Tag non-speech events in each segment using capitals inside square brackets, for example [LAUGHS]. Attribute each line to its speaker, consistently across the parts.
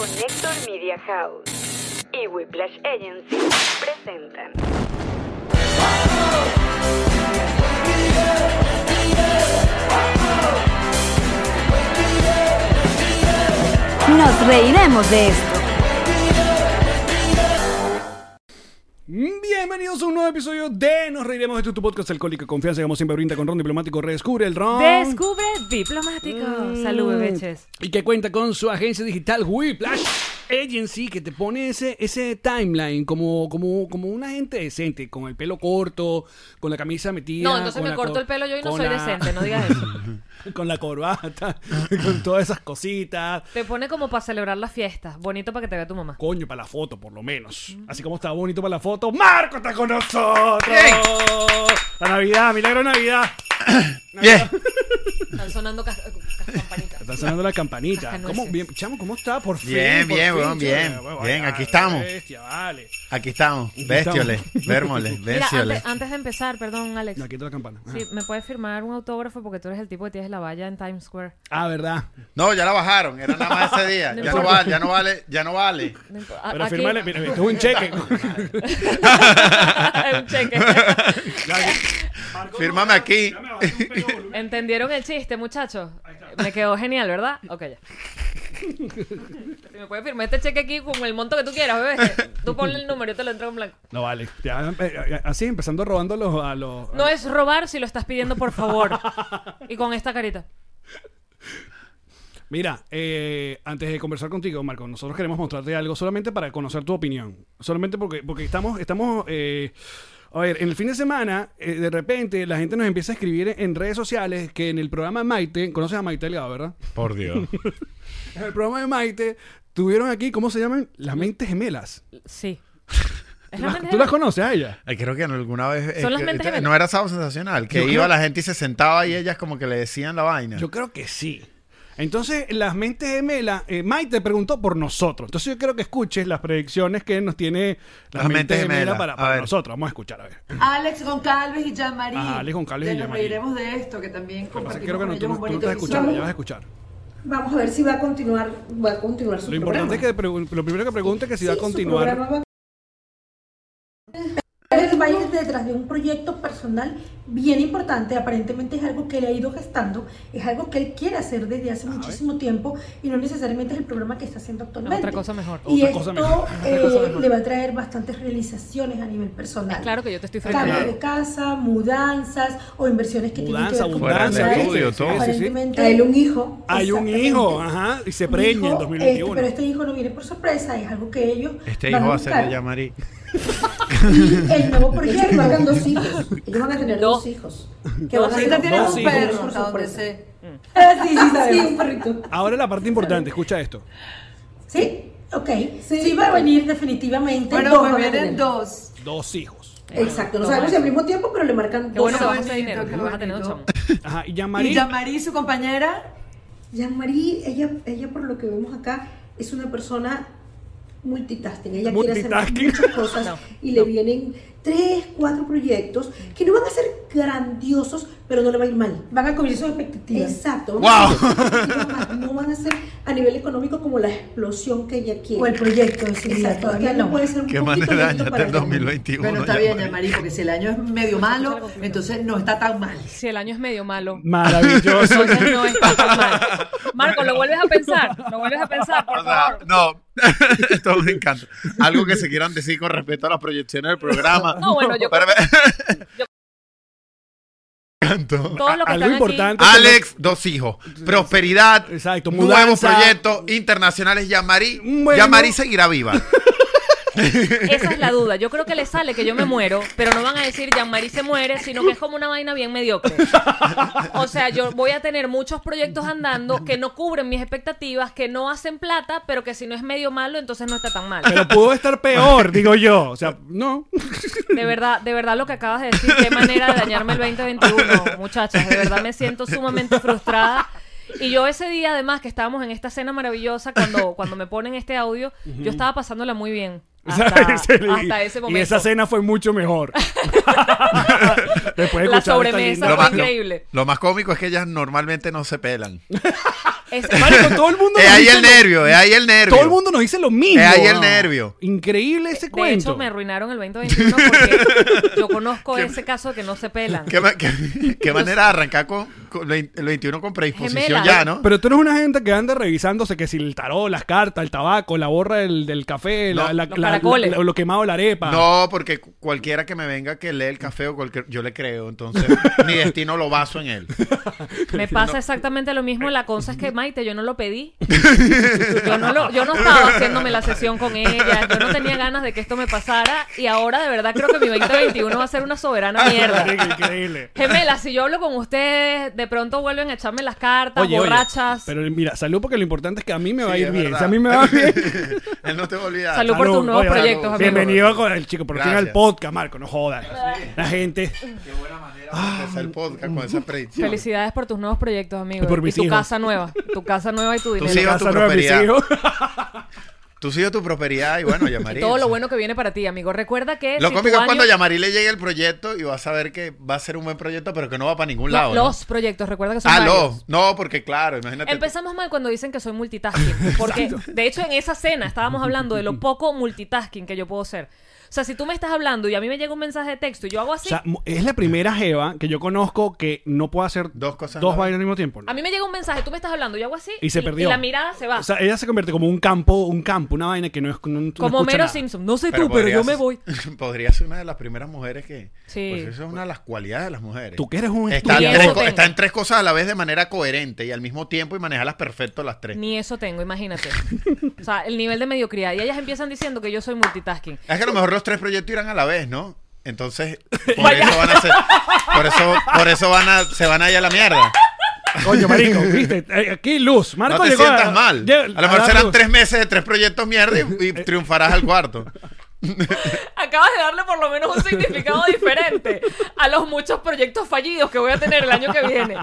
Speaker 1: Connector Media House y Whiplash Agency presentan. Nos reiremos de esto.
Speaker 2: Bienvenidos a un nuevo episodio de Nos Reiremos de tu, tu podcast alcohólico Confianza, que como siempre brinda con Ron Diplomático, redescubre el Ron.
Speaker 3: Descubre diplomático. Salud, bebeches.
Speaker 2: y que cuenta con su agencia digital Whiplash Agency, que te pone ese, ese timeline como, como, como una gente decente, con el pelo corto, con la camisa metida.
Speaker 3: No, entonces
Speaker 2: con
Speaker 3: me
Speaker 2: la
Speaker 3: corto
Speaker 2: cor-
Speaker 3: el pelo yo y no
Speaker 2: con
Speaker 3: soy
Speaker 2: la-
Speaker 3: decente, no digas eso.
Speaker 2: [LAUGHS] con la corbata, [LAUGHS] con todas esas cositas.
Speaker 3: Te pone como para celebrar las fiestas. Bonito para que te vea tu mamá.
Speaker 2: Coño, para la foto, por lo menos. Así como está bonito para la foto, Marco está con nosotros. La Navidad, milagro Navidad.
Speaker 4: Bien.
Speaker 3: Están sonando cas- eh,
Speaker 2: [LAUGHS]
Speaker 3: cas- campanitas.
Speaker 2: Están sonando las campanitas.
Speaker 3: Cascanueces.
Speaker 2: ¿Cómo, bien, chamo, ¿cómo está? Por fin.
Speaker 4: Bien,
Speaker 2: por
Speaker 4: bien,
Speaker 2: fin,
Speaker 4: weón,
Speaker 2: chamo.
Speaker 4: bien,
Speaker 2: Weón,
Speaker 4: bien,
Speaker 2: vale,
Speaker 4: aquí estamos.
Speaker 2: Bestia, vale.
Speaker 4: Aquí estamos.
Speaker 2: estamos.
Speaker 4: Bestioles. Vermoles.
Speaker 3: Mira,
Speaker 4: Bestioles.
Speaker 3: antes, antes de empezar, perdón, Alex.
Speaker 2: No, aquí está la campana. Ajá.
Speaker 3: Sí, ¿me puedes firmar un autógrafo? Porque tú eres el tipo que tienes la valla en Times Square.
Speaker 2: Ah, verdad.
Speaker 4: No, ya la bajaron. Era nada más ese día.
Speaker 3: No
Speaker 4: Ya no
Speaker 3: importa.
Speaker 4: vale, ya no vale, ya no vale.
Speaker 3: No impo- a-
Speaker 2: Pero
Speaker 3: aquí-
Speaker 2: firmale, mira, esto es un [LAUGHS] cheque.
Speaker 3: un
Speaker 4: [LAUGHS]
Speaker 3: cheque.
Speaker 4: Fírmame aquí.
Speaker 3: ¿Entendieron el chiste, muchachos? Me quedó genial, ¿verdad? Ok, ya. Si me puedes firmar este cheque aquí con el monto que tú quieras, bebé. Tú ponle el número, yo te lo entrego en blanco.
Speaker 2: No vale. Ya, eh, así empezando robando a los. A los
Speaker 3: No es robar si lo estás pidiendo por favor. Y con esta carita.
Speaker 2: Mira, eh, antes de conversar contigo, Marco, nosotros queremos mostrarte algo solamente para conocer tu opinión. Solamente porque, porque estamos, estamos eh, a ver, en el fin de semana, eh, de repente, la gente nos empieza a escribir en redes sociales que en el programa Maite, conoces a Maite Delgado, ¿verdad?
Speaker 5: Por Dios.
Speaker 2: En el programa de Maite, tuvieron aquí, ¿cómo se llaman? Las mentes gemelas.
Speaker 3: Sí.
Speaker 2: ¿Tú
Speaker 3: Es la
Speaker 2: las-
Speaker 3: mente
Speaker 2: ¿Tú
Speaker 3: de-
Speaker 2: las conoces a ella?
Speaker 4: Ay, Creo que en alguna vez. eh,
Speaker 3: Son las
Speaker 4: que-
Speaker 3: mentes
Speaker 4: eh,
Speaker 3: gemelas.
Speaker 4: no era sábado sensacional. Que
Speaker 2: Yo
Speaker 4: iba
Speaker 2: creo-
Speaker 4: la gente y se sentaba y ellas como que le decían la vaina.
Speaker 2: Yo creo que sí. Entonces, las mentes gemelas, eh, Maite preguntó por nosotros. Entonces, yo creo que escuches las predicciones que nos tiene las, mentes, gemelas, para,
Speaker 4: A
Speaker 2: para
Speaker 4: ver.
Speaker 2: nosotros. Vamos a escuchar, a ver.
Speaker 6: Alex Goncalves y Jean-Marie.
Speaker 2: Ajá, Alex Goncalves y
Speaker 6: De los
Speaker 2: Jean Marie.
Speaker 6: Reiremos de esto, que también
Speaker 2: Pasa que
Speaker 6: compartimos
Speaker 2: creo que
Speaker 6: con
Speaker 2: no, tú,
Speaker 6: ellos
Speaker 2: no-
Speaker 6: un
Speaker 2: tú no
Speaker 6: bonito
Speaker 2: estás escuchando, ya
Speaker 6: episodio.
Speaker 2: vas a escuchar.
Speaker 7: Vamos a ver si va a continuar, va a continuar su
Speaker 2: Lo importante es
Speaker 7: programa.
Speaker 2: que pregun- lo primero que pregunte es que si va a
Speaker 7: Sí, su
Speaker 2: continuar.
Speaker 7: programa va- Él va a ir detrás de un proyecto personal bien importante, aparentemente es algo que le ha ido gestando, es algo que él quiere hacer desde hace muchísimo tiempo
Speaker 6: Este
Speaker 7: y no necesariamente es el programa que está haciendo actualmente.
Speaker 3: otra cosa mejor.
Speaker 7: Y
Speaker 2: Otra
Speaker 7: esto
Speaker 2: cosa mejor.
Speaker 7: eh, le va a traer bastantes realizaciones a nivel personal.
Speaker 3: Ah, Claro que yo te estoy
Speaker 7: Cambios
Speaker 3: frenando.
Speaker 7: de casa, mudanzas o inversiones que
Speaker 2: Mudanza,
Speaker 7: tienen que ver con
Speaker 2: abundancia,
Speaker 7: personal.
Speaker 4: estudio, todo.
Speaker 2: Sí, sí, sí.
Speaker 7: Aparentemente hay un hijo.
Speaker 2: Hay un hijo,
Speaker 7: exactamente
Speaker 2: ajá, y se
Speaker 7: un
Speaker 2: preña en
Speaker 7: hijo,
Speaker 2: 2021.
Speaker 7: este, pero este hijo no viene por sorpresa, es algo que ellos.
Speaker 4: Este
Speaker 7: van
Speaker 4: hijo va a
Speaker 7: buscar.
Speaker 4: ser de Yamari.
Speaker 7: Y el nuevo proyecto.
Speaker 8: Hagan dos hijos. Ellos van a tener
Speaker 3: No.
Speaker 8: dos hijos.
Speaker 6: Que Rosita tiene
Speaker 2: Dos
Speaker 6: un
Speaker 2: hijos.
Speaker 6: perro,
Speaker 7: Por
Speaker 6: hasta donde
Speaker 7: sorpresa.
Speaker 6: sé.
Speaker 3: [LAUGHS]
Speaker 7: Ah, [LAUGHS] sí, sí, sabemos.
Speaker 2: Ahora la parte importante, escucha esto.
Speaker 7: ¿Sí? Ok. Sí, va a venir definitivamente.
Speaker 6: Bueno,
Speaker 7: dos
Speaker 6: pues
Speaker 7: van a
Speaker 6: vienen
Speaker 7: tener.
Speaker 6: dos.
Speaker 2: Dos hijos.
Speaker 8: Exacto. No sabemos si al mismo tiempo, pero le marcan
Speaker 3: Qué
Speaker 8: dos.
Speaker 3: bueno que bajaste
Speaker 6: bonito,
Speaker 3: dinero.
Speaker 6: qué
Speaker 3: que vas a tener un chamo.
Speaker 6: bonito.
Speaker 2: Ajá, y
Speaker 6: Y
Speaker 2: Yamari.
Speaker 6: Jean-Marie, su compañera,
Speaker 8: Jean-Marie, ella, ella por lo que vemos acá, es una persona multitasking. Ella
Speaker 2: Multitasking.
Speaker 8: quiere hacer muchas cosas
Speaker 3: No,
Speaker 8: y le vienen tres, cuatro proyectos que no van a ser grandiosos, pero no le va a ir mal.
Speaker 7: Van a cubrir sus expectativas.
Speaker 8: [LAUGHS] Exacto.
Speaker 4: Wow.
Speaker 8: No van a ser a nivel económico como la explosión que ella quiere.
Speaker 7: O el proyecto en sí.
Speaker 8: Exacto,
Speaker 7: todavía no.
Speaker 8: puede ser un
Speaker 4: Qué
Speaker 8: poquito
Speaker 4: manera de
Speaker 8: lento
Speaker 4: añadir
Speaker 8: para
Speaker 4: el
Speaker 8: ella.
Speaker 4: 2021.
Speaker 6: bueno, está bien,
Speaker 4: Yamari.
Speaker 6: Jean-Marie, porque si el año es medio malo, entonces no está tan mal.
Speaker 3: Si el año es medio malo,
Speaker 2: Maravilloso.
Speaker 3: entonces no está tan mal. Marco, lo vuelves a pensar. Lo vuelves a pensar, por
Speaker 4: O sea,
Speaker 3: favor.
Speaker 4: no, [LAUGHS] esto me encanta. Algo que se quieran decir con respecto a las proyecciones del programa.
Speaker 3: No, bueno, yo-
Speaker 4: Pero-
Speaker 3: yo-
Speaker 4: Me encantó.
Speaker 3: Todos los
Speaker 2: Algo
Speaker 3: que están aquí.
Speaker 2: importante.
Speaker 4: Alex, dos hijos. Prosperidad.
Speaker 2: Exacto,
Speaker 4: Nuevos
Speaker 2: mudanza.
Speaker 4: proyectos internacionales. Yamari.
Speaker 2: Bueno.
Speaker 4: Yamari seguirá
Speaker 2: [LAUGHS]
Speaker 4: viva.
Speaker 3: Esa es la duda. Yo creo que le sale que yo me muero, pero no van a decir Jean-Marie se muere, sino que es como una vaina bien mediocre. O sea, yo voy a tener muchos proyectos andando que no cubren mis expectativas, que no hacen plata, pero que si no es medio malo, entonces no está tan mal.
Speaker 2: Pero pudo estar peor, digo yo. O sea, no. [LAUGHS]
Speaker 3: De verdad, de verdad lo que acabas de decir, qué manera de dañarme el 2021, muchachas. De verdad me siento sumamente frustrada. Y yo ese día, además, que estábamos en esta cena maravillosa, cuando, cuando me ponen este audio, yo estaba pasándola
Speaker 2: [LAUGHS]
Speaker 3: muy bien. Hasta, hasta ese momento.
Speaker 2: Y esa cena fue mucho mejor. Después de escuchar
Speaker 3: La
Speaker 2: esta
Speaker 3: sobremesa
Speaker 2: linda-
Speaker 3: Lo fue más- increíble.
Speaker 4: lo más cómico es que ellas normalmente no se pelan.
Speaker 2: [LAUGHS]
Speaker 3: Es-
Speaker 2: Marico, todo el mundo
Speaker 4: [LAUGHS] Es
Speaker 2: nos
Speaker 4: ahí
Speaker 2: dice
Speaker 4: el
Speaker 2: lo-
Speaker 4: nervio, es ahí el nervio.
Speaker 2: Todo el mundo nos dice lo mismo.
Speaker 4: Es ahí el
Speaker 2: weón.
Speaker 4: nervio.
Speaker 2: Increíble ese
Speaker 3: De
Speaker 2: cuento.
Speaker 3: hecho, me arruinaron el 2021 porque
Speaker 2: [LAUGHS]
Speaker 3: yo conozco ese caso que no se pelan.
Speaker 4: ¿Qué, ma- qué- qué manera de arrancar con, con lo in- el 21 con predisposición
Speaker 3: Gemela.
Speaker 4: ya, ¿no?
Speaker 2: Pero tú eres una gente que anda revisándose que si el tarot, las cartas, el tabaco, la borra del, del café,
Speaker 4: No.
Speaker 2: la- la-
Speaker 3: Los
Speaker 2: la-
Speaker 3: caracoles.
Speaker 2: la- lo quemado de la arepa.
Speaker 4: No, porque cu- cualquiera que me venga que lee el café o cualquier, yo le creo,
Speaker 2: [LAUGHS]
Speaker 4: entonces mi destino lo baso en él.
Speaker 3: Me pasa exactamente lo mismo. La cosa es que, Maite, yo no
Speaker 2: [LAUGHS]
Speaker 3: lo pedí. Yo no, lo, yo no estaba haciéndome la sesión con ella. Yo no tenía ganas de que esto me pasara. Y ahora, de verdad, creo que mi 2021 va a ser una soberana
Speaker 2: Ah, [LAUGHS]
Speaker 3: mierda.
Speaker 2: Marico, Increíble.
Speaker 3: Gemela, si yo hablo con ustedes, de pronto vuelven a echarme las cartas,
Speaker 2: Oye, oye,
Speaker 3: borrachas.
Speaker 2: pero mira, salud porque lo importante es que a mí me va a
Speaker 4: Sí,
Speaker 2: ir
Speaker 4: es
Speaker 2: bien.
Speaker 4: verdad.
Speaker 2: Si a mí
Speaker 4: [LAUGHS]
Speaker 2: me va bien.
Speaker 4: él no te va a olvidar.
Speaker 3: Salud por tus nuevos
Speaker 2: oye,
Speaker 4: salud.
Speaker 3: proyectos, amigo.
Speaker 2: Bienvenido con el chico, por fin al
Speaker 4: Gracias.
Speaker 2: podcast, Marco, no jodas. La gente.
Speaker 4: Empezar
Speaker 2: Ah.
Speaker 4: el podcast con esa predicción.
Speaker 3: Felicidades por tus nuevos proyectos, amigo.
Speaker 2: Y por mis
Speaker 3: tu
Speaker 2: hijos.
Speaker 3: casa nueva. Tu casa nueva y tu dinero.
Speaker 4: sí, Viva tu
Speaker 2: Casa nueva de mis
Speaker 4: prosperidad.
Speaker 2: hijos.
Speaker 4: Tú sigues tu prosperidad y bueno,
Speaker 3: [LAUGHS]
Speaker 4: Yamari.
Speaker 3: Y todo lo bueno que viene para ti, amigo. Recuerda que.
Speaker 4: Lo
Speaker 3: si tu
Speaker 4: cómico es
Speaker 3: año-
Speaker 4: cuando a Yamari le llegue el proyecto y vas a ver que va a ser un buen proyecto, pero que no va para ningún
Speaker 3: No,
Speaker 4: lado. ¿no?
Speaker 3: Los proyectos, recuerda que son
Speaker 4: Ah,
Speaker 3: varios.
Speaker 4: no, no, porque claro, imagínate.
Speaker 3: Empezamos mal cuando dicen que
Speaker 2: [LAUGHS]
Speaker 3: soy multitasking. Porque, de hecho, en esa cena estábamos hablando de lo poco multitasking que yo puedo ser. O sea, si tú me estás hablando y a mí me llega un mensaje de texto y yo
Speaker 2: [LAUGHS]
Speaker 3: hago
Speaker 2: O
Speaker 3: así,
Speaker 2: sea, mu- es la primera jeva que yo conozco que no puede hacer
Speaker 4: Dos cosas a
Speaker 2: dos
Speaker 4: la
Speaker 2: vainas al mismo tiempo.
Speaker 3: a mí me llega un mensaje, tú me estás hablando, yo hago así
Speaker 2: y se perdió.
Speaker 3: la mirada se va.
Speaker 2: O sea, ella se convierte como un campo, un campo, una vaina que no es no- no
Speaker 3: como
Speaker 2: escucha
Speaker 3: Homero
Speaker 2: nada.
Speaker 3: Simpson. No sé tú, pero
Speaker 4: podría
Speaker 3: yo me
Speaker 4: ser- [LAUGHS]
Speaker 3: voy.
Speaker 4: Podría ser una de las primeras mujeres que.
Speaker 3: Sí.
Speaker 4: Pues eso es una de las cualidades de las mujeres.
Speaker 2: Tú que eres un
Speaker 4: Está en,
Speaker 3: estudiante.
Speaker 4: tres,
Speaker 3: Ni
Speaker 4: co-
Speaker 3: eso
Speaker 4: está
Speaker 3: tengo.
Speaker 4: en tres cosas a la vez de manera coherente y al mismo tiempo y manejarlas perfecto las tres.
Speaker 3: Ni eso tengo, imagínate. O sea, el nivel de mediocridad. Y ellas empiezan diciendo que yo soy multitasking.
Speaker 4: Es que a lo mejor los tres proyectos irán a la vez, ¿no?
Speaker 3: [LAUGHS]
Speaker 4: Entonces, por
Speaker 3: Vaya.
Speaker 4: eso van a ser- por eso, por eso van a, se van a ir a la mierda.
Speaker 2: [LAUGHS] Coño,
Speaker 4: [LAUGHS]
Speaker 2: marico, viste, Eh, aquí luz. Marco
Speaker 4: no te
Speaker 2: llegó
Speaker 4: sientas mal.
Speaker 2: llega-
Speaker 4: a lo mejor
Speaker 2: dar
Speaker 4: serán
Speaker 2: luz.
Speaker 4: tres meses de tres proyectos mierda y,
Speaker 2: [LAUGHS] Eh,
Speaker 4: y triunfarás al cuarto.
Speaker 3: Acabas de darle por lo menos un significado diferente a los muchos proyectos fallidos que voy a tener el año que viene.